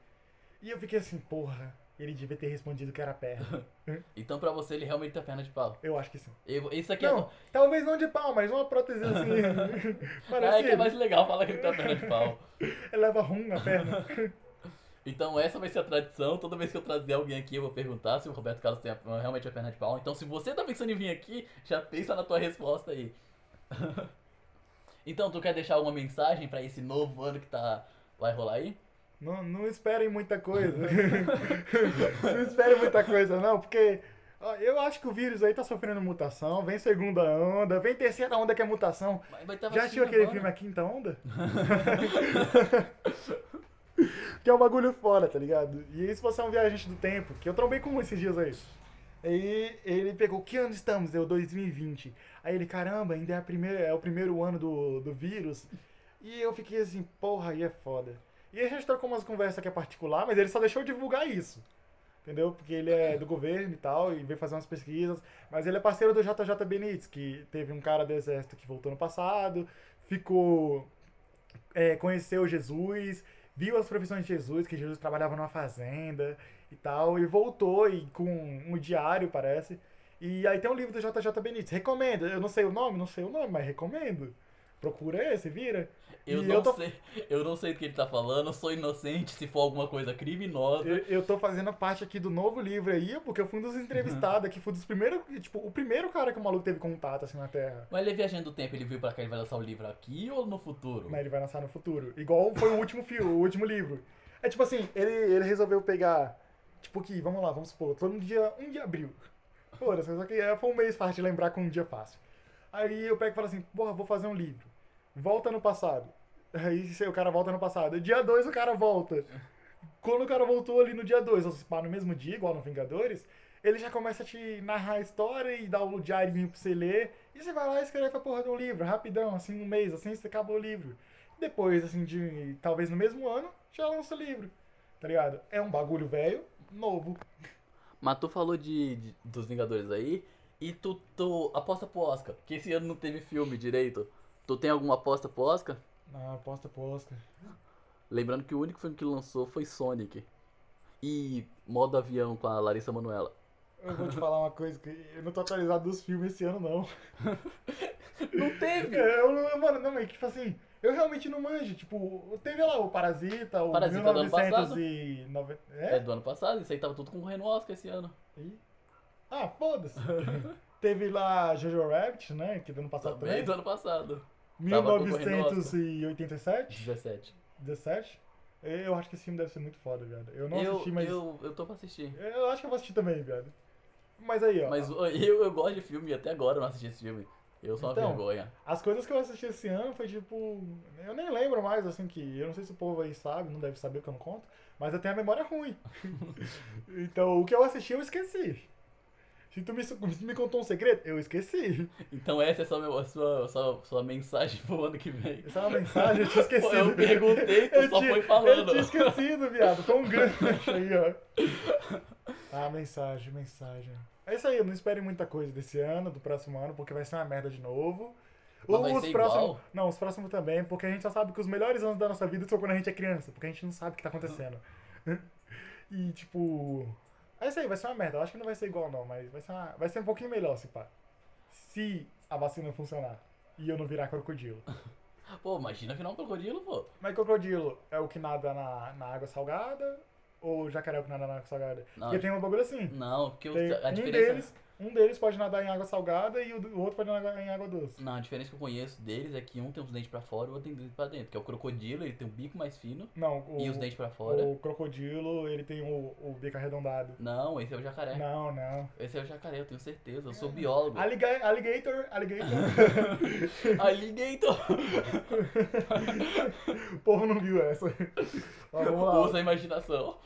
Speaker 2: E eu fiquei assim, porra, ele devia ter respondido que era perna.
Speaker 1: Então pra você ele realmente tá perna de pau.
Speaker 2: Eu acho que sim.
Speaker 1: Eu- isso aqui é.
Speaker 2: Não, talvez não de pau, mas uma
Speaker 1: (laughs)
Speaker 2: prótese assim. (laughs)
Speaker 1: Ah, é que é
Speaker 2: parece
Speaker 1: mais legal falar que ele tá perna de pau.
Speaker 2: ele leva rum na
Speaker 1: (laughs)
Speaker 2: perna.
Speaker 1: Então essa vai ser a tradição. Toda vez que eu trazer alguém aqui, eu vou perguntar se o Roberto Carlos tem a- realmente a perna de pau. Então se você tá pensando em vir aqui, já pensa na tua resposta aí. (laughs) então tu quer deixar alguma mensagem pra esse novo ano que tá vai rolar aí?
Speaker 2: Não, não esperem muita coisa.
Speaker 1: (laughs)
Speaker 2: (laughs) não esperem muita coisa, não, porque ó, eu acho que o vírus aí tá sofrendo mutação. Vem segunda onda, vem terceira onda que é mutação.
Speaker 1: Vai- vai tá
Speaker 2: Já
Speaker 1: assistindo
Speaker 2: assistiu aquele
Speaker 1: agora.
Speaker 2: filme A Quinta Onda? (laughs) que é um bagulho fora, tá ligado? E se você é um viajante do tempo, que eu trombei com um esses dias aí. Aí ele pegou, que ano estamos? Eu, 2020. Aí ele, caramba, ainda é, a primeira, é o primeiro ano do, do vírus. E eu fiquei assim, porra, aí é foda. E a gente trocou umas conversas que é particular, mas ele só deixou divulgar isso. Entendeu? Porque ele é do governo e tal, e veio fazer umas pesquisas. Mas ele é parceiro do JJ Benítez, que teve um cara do exército que voltou no passado, ficou. é, conheceu Jesus, viu as profissões de Jesus, que Jesus trabalhava numa fazenda e tal, e voltou e com um diário, parece. E aí tem um livro do JJ Benítez, recomendo. Eu não sei o nome, não sei o nome, mas recomendo. Procura esse, vira.
Speaker 1: Eu
Speaker 2: E
Speaker 1: não,
Speaker 2: eu tô-
Speaker 1: sei, (laughs) eu não sei do que ele tá falando, eu sou inocente se for alguma coisa criminosa.
Speaker 2: Eu, eu tô fazendo a parte aqui do novo livro aí, porque eu fui um dos entrevistados aqui, fui dos primeiros, tipo, o primeiro cara que o maluco teve contato assim na Terra.
Speaker 1: Mas ele é viajando do tempo, ele veio pra cá e vai lançar o livro aqui ou no futuro?
Speaker 2: Mas Né, ele vai lançar no futuro. Igual foi o último filme, o último livro. É tipo assim, ele, ele resolveu pegar, tipo que, vamos lá, vamos supor, todo dia, um dia abril. Porra, só que é, foi um mês fácil de lembrar com um dia fácil. Aí eu pego e falo assim, porra, vou fazer um livro. Volta no passado. Aí se- o cara volta no passado. Dia 2 o cara volta. Quando o cara voltou ali no dia 2, ou se pá, no mesmo dia, igual no Vingadores, ele já começa a te narrar a história e dar o diarinho pra você ler. E você vai lá e escreve a porra de um livro, rapidão, assim, um mês, assim, você acabou o livro. Depois, assim, de. talvez no mesmo ano, já lança o livro. Tá ligado? É um bagulho velho, novo.
Speaker 1: Mas tu falou de, de- dos Vingadores aí e tu, tu aposta pro Oscar, que esse ano não teve filme direito. Tu tem alguma aposta pro Oscar?
Speaker 2: Ah, aposta pro Oscar.
Speaker 1: Lembrando que o único filme que lançou foi Sonic. E modo avião com a Larissa Manoela.
Speaker 2: Eu vou te falar uma coisa que eu não tô atualizado dos filmes esse ano, (laughs) não.
Speaker 1: Não teve!
Speaker 2: É, Eu, não- eu, mano, não, é que, tipo assim, eu realmente não manjo. Tipo, teve lá o Parasita, o
Speaker 1: Parasita do ano passado.
Speaker 2: 1990.
Speaker 1: É
Speaker 2: É?
Speaker 1: do ano passado, isso aí tava tudo concorrendo ao Oscar esse ano.
Speaker 2: Ih. Ah,
Speaker 1: (laughs)
Speaker 2: foda-se. teve lá Jojo Rabbit, né? Que do ano passado
Speaker 1: Também
Speaker 2: também.
Speaker 1: do ano passado. Tava concorrendo ao Oscar.
Speaker 2: 1987?
Speaker 1: 17.
Speaker 2: 17? Eu acho que esse filme deve ser muito foda, viado. Eu não
Speaker 1: eu,
Speaker 2: assisti, mas.
Speaker 1: eu, eu tô pra assistir.
Speaker 2: Eu acho que eu vou assistir também, viado. Mas aí, ó.
Speaker 1: Mas ô, eu, eu gosto de filme e até agora eu não assisti esse filme. Eu sou uma
Speaker 2: Então.
Speaker 1: vergonha.
Speaker 2: As coisas que eu assisti esse ano foi tipo. Eu nem lembro mais, assim, que. Eu não sei se o povo aí sabe, não deve saber que eu não conto, mas eu tenho a memória ruim. então, o que eu assisti, eu esqueci. Se tu me, se tu me contou um segredo, eu esqueci.
Speaker 1: Então essa é só meu- a sua, sua, sua mensagem (laughs) pro ano que vem.
Speaker 2: Essa é uma mensagem, eu tinha
Speaker 1: Pô,
Speaker 2: esquecido.
Speaker 1: (laughs) Eu perguntei, tu
Speaker 2: Eu
Speaker 1: só
Speaker 2: tinha-
Speaker 1: foi
Speaker 2: Eu
Speaker 1: falando.
Speaker 2: tinha esquecido, viado. Foi
Speaker 1: (laughs)
Speaker 2: um gancho aí, ó. Ah, mensagem, mensagem. É isso aí, não esperem muita coisa desse ano, do próximo ano, porque vai ser uma merda de novo.
Speaker 1: Mas vai ser
Speaker 2: próximos.
Speaker 1: igual?
Speaker 2: Não, os próximos também, porque a gente só sabe que os melhores anos da nossa vida são quando a gente é criança, porque a gente não sabe o que tá acontecendo. (laughs) E tipo. É isso aí, vai ser uma merda. Eu acho que não vai ser igual, não, mas vai ser, uma- vai ser um pouquinho melhor, se pá. Se a vacina funcionar e eu não virar crocodilo.
Speaker 1: Pô, imagina virar um crocodilo, pô.
Speaker 2: Mas crocodilo é o que nada na, na água salgada? Ou jacaré é o que nada na água salgada?
Speaker 1: Não,
Speaker 2: Porque tem um bagulho assim.
Speaker 1: não porque eu-
Speaker 2: Tem
Speaker 1: Ah. a
Speaker 2: um
Speaker 1: diferença. né?
Speaker 2: deles Um deles pode nadar em água salgada e o do- o outro pode nadar em água doce.
Speaker 1: Não, a diferença que eu conheço deles é que um tem os dentes pra fora e o outro tem os dentes pra dentro. Que é o crocodilo, ele tem um bico mais fino
Speaker 2: Não, o,
Speaker 1: e os dentes pra fora.
Speaker 2: o crocodilo, ele tem o, o bico arredondado.
Speaker 1: Não, esse é o jacaré.
Speaker 2: Não, Ah. não.
Speaker 1: Esse é o jacaré, eu tenho certeza. Eu sou biólogo.
Speaker 2: Alliga- Alligator, alligator.
Speaker 1: (laughs) Alligator!
Speaker 2: o povo não viu essa. Ó, vamos lá.
Speaker 1: Usa a imaginação.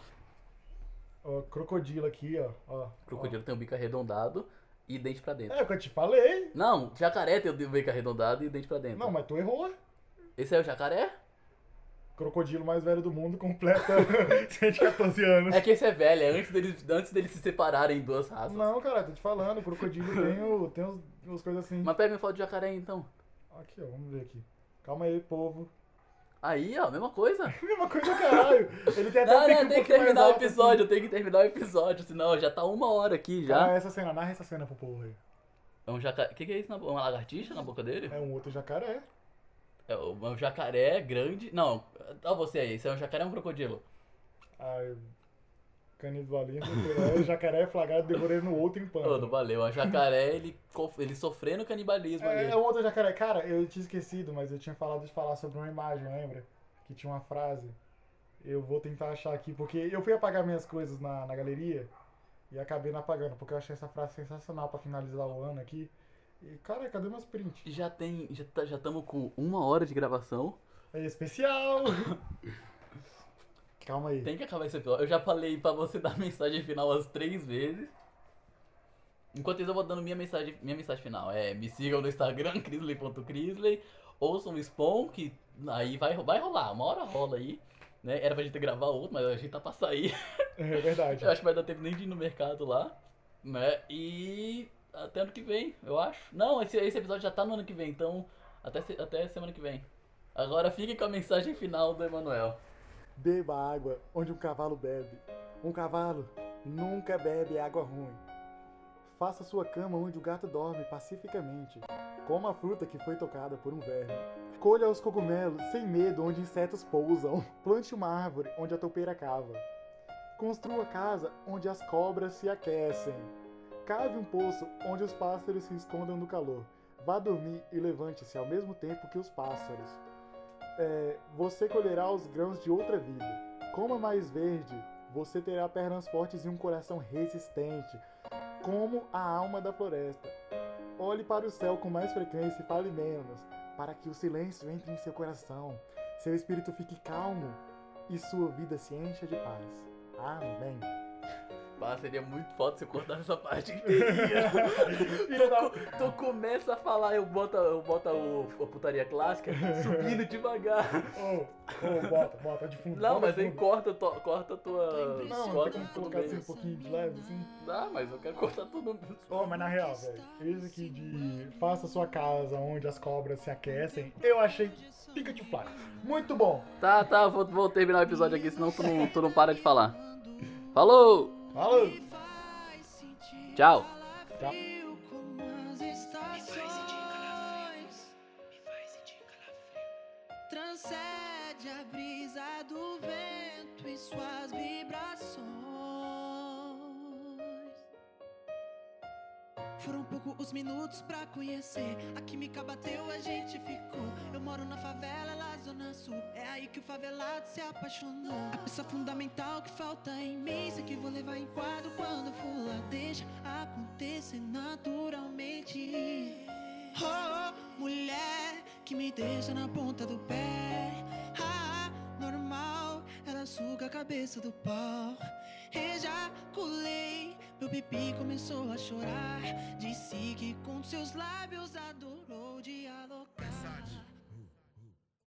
Speaker 2: Ó, crocodilo aqui, ó. ó ó.
Speaker 1: Crocodilo tem um bico arredondado e dente pra dentro.
Speaker 2: É o que eu te falei.
Speaker 1: Não, jacaré tem o bico arredondado e dente pra dentro.
Speaker 2: Não, mas tu errou.
Speaker 1: Esse é o jacaré?
Speaker 2: Crocodilo mais velho do mundo
Speaker 1: (laughs)
Speaker 2: completa (laughs) 114 anos.
Speaker 1: É que esse é velho, é antes deles, antes deles se separarem em duas raças.
Speaker 2: Não, cara, tô te falando. O (laughs) crocodilo tem, o, tem uns, umas coisas assim.
Speaker 1: Mas pega uma foto de jacaré então.
Speaker 2: Aqui, ó, vamos ver aqui. Calma aí, povo. (laughs)
Speaker 1: Aí, ó, mesma coisa.
Speaker 2: É Mesma coisa, caralho. Ele tem até um
Speaker 1: Não,
Speaker 2: bico
Speaker 1: não, tem
Speaker 2: um
Speaker 1: que
Speaker 2: pouquinho mais
Speaker 1: terminar o
Speaker 2: alto,
Speaker 1: episódio, eu tenho que terminar o episódio, senão já tá uma hora aqui
Speaker 2: assim. Narra
Speaker 1: já.
Speaker 2: essa cena, narra essa cena pro povo aí.
Speaker 1: É um jacaré. O que, que é isso? na bo- Uma lagartixa na boca dele?
Speaker 2: É um outro jacaré.
Speaker 1: É um é um jacaré grande. Não, olha você aí, isso é um jacaré ou um crocodilo?
Speaker 2: Ai, canibalismo. O jacaré é flagrado devorando o outro em pano.
Speaker 1: Ô, não valeu, é um jacaré ele, co- ele sofrendo canibalismo
Speaker 2: É,
Speaker 1: ali.
Speaker 2: é um outro jacaré. Cara, eu tinha esquecido, mas eu tinha falado de falar sobre uma imagem, lembra? Que tinha uma frase. Eu vou tentar achar aqui, porque eu fui apagar minhas coisas na, na galeria e acabei não apagando, porque eu achei essa frase sensacional pra finalizar o ano aqui. E, cara, cadê meus prints?
Speaker 1: Já tem. Já tá- já estamos com uma hora de gravação.
Speaker 2: É especial! Calma aí.
Speaker 1: Tem que acabar esse episódio. Eu já falei pra você (laughs) dar mensagem final umas três vezes. Enquanto isso, eu vou dando minha mensagem, minha mensagem final. É, me sigam no Instagram, (laughs) crisley.crisley. Ouçam o Spawn, que aí vai, vai rolar. Uma hora rola aí. Né? Era pra gente gravar outro, mas a gente tá pra sair. (laughs)
Speaker 2: É verdade.
Speaker 1: Eu acho que vai dar tempo nem de ir no mercado lá. Né? E até ano que vem, eu acho. Não, esse, esse episódio já tá no ano que vem, então até, se- até semana que vem. Agora fiquem com a mensagem final do Emanuel.
Speaker 2: Beba água onde um cavalo bebe. Um cavalo nunca bebe água ruim. Faça sua cama onde o gato dorme pacificamente. Coma a fruta que foi tocada por um verme. Colha os cogumelos sem medo onde insetos pousam. (laughs) Plante uma árvore onde a toupeira cava. Construa casa onde as cobras se aquecem. Cave um poço onde os pássaros se escondam do calor. Vá dormir e levante-se ao mesmo tempo que os pássaros você colherá os grãos de outra vida. Coma mais verde, você terá pernas fortes e um coração resistente, como a alma da floresta. Olhe para o céu com mais frequência e fale menos, para que o silêncio entre em seu coração, seu espírito fique calmo e sua vida se encha de paz. Amém.
Speaker 1: Pá, Ah, seria muito foda se eu cortasse essa
Speaker 2: (laughs)
Speaker 1: parte inteirinha.
Speaker 2: Filha da-
Speaker 1: tu, co- tu começa a falar, eu boto, eu boto o, a putaria clássica subindo
Speaker 2: (laughs)
Speaker 1: devagar.
Speaker 2: Ô, ô, Oh, bota, bota de fundo.
Speaker 1: Não,
Speaker 2: bota
Speaker 1: mas
Speaker 2: de
Speaker 1: aí
Speaker 2: fundo.
Speaker 1: corta, a tua- corta a tua.
Speaker 3: Não,
Speaker 2: Não, não tem
Speaker 1: corta
Speaker 2: como
Speaker 1: tudo
Speaker 2: colocar assim um
Speaker 1: bem.
Speaker 2: pouquinho de leve, assim.
Speaker 1: Não, mas eu quero cortar tudo.
Speaker 2: Ô, mas na real, velho, esse aqui de faça sua casa onde as cobras se aquecem, eu achei pica de faca. Muito bom.
Speaker 1: Tá, tá, vou, vou terminar o episódio aqui, senão tu não, tu não para de falar. Falou!
Speaker 2: Falou.
Speaker 1: Tchau!
Speaker 2: Tchau.
Speaker 3: Transcende a brisa do vento e suas vibrações. Foram pouco os minutos pra conhecer. A química bateu, a gente ficou. Eu moro na favela, lá zona sul. É aí que o favelado se apaixonou. A peça fundamental que falta em mim. Sei que vou levar em quadro quando for lá. Deixa acontecer naturalmente. Oh, mulher que me deixa na ponta do pé. Ah, normal, ela suga a cabeça do pau. Ejaculei, meu pipi começou a chorar. Disse que com seus lábios adorou.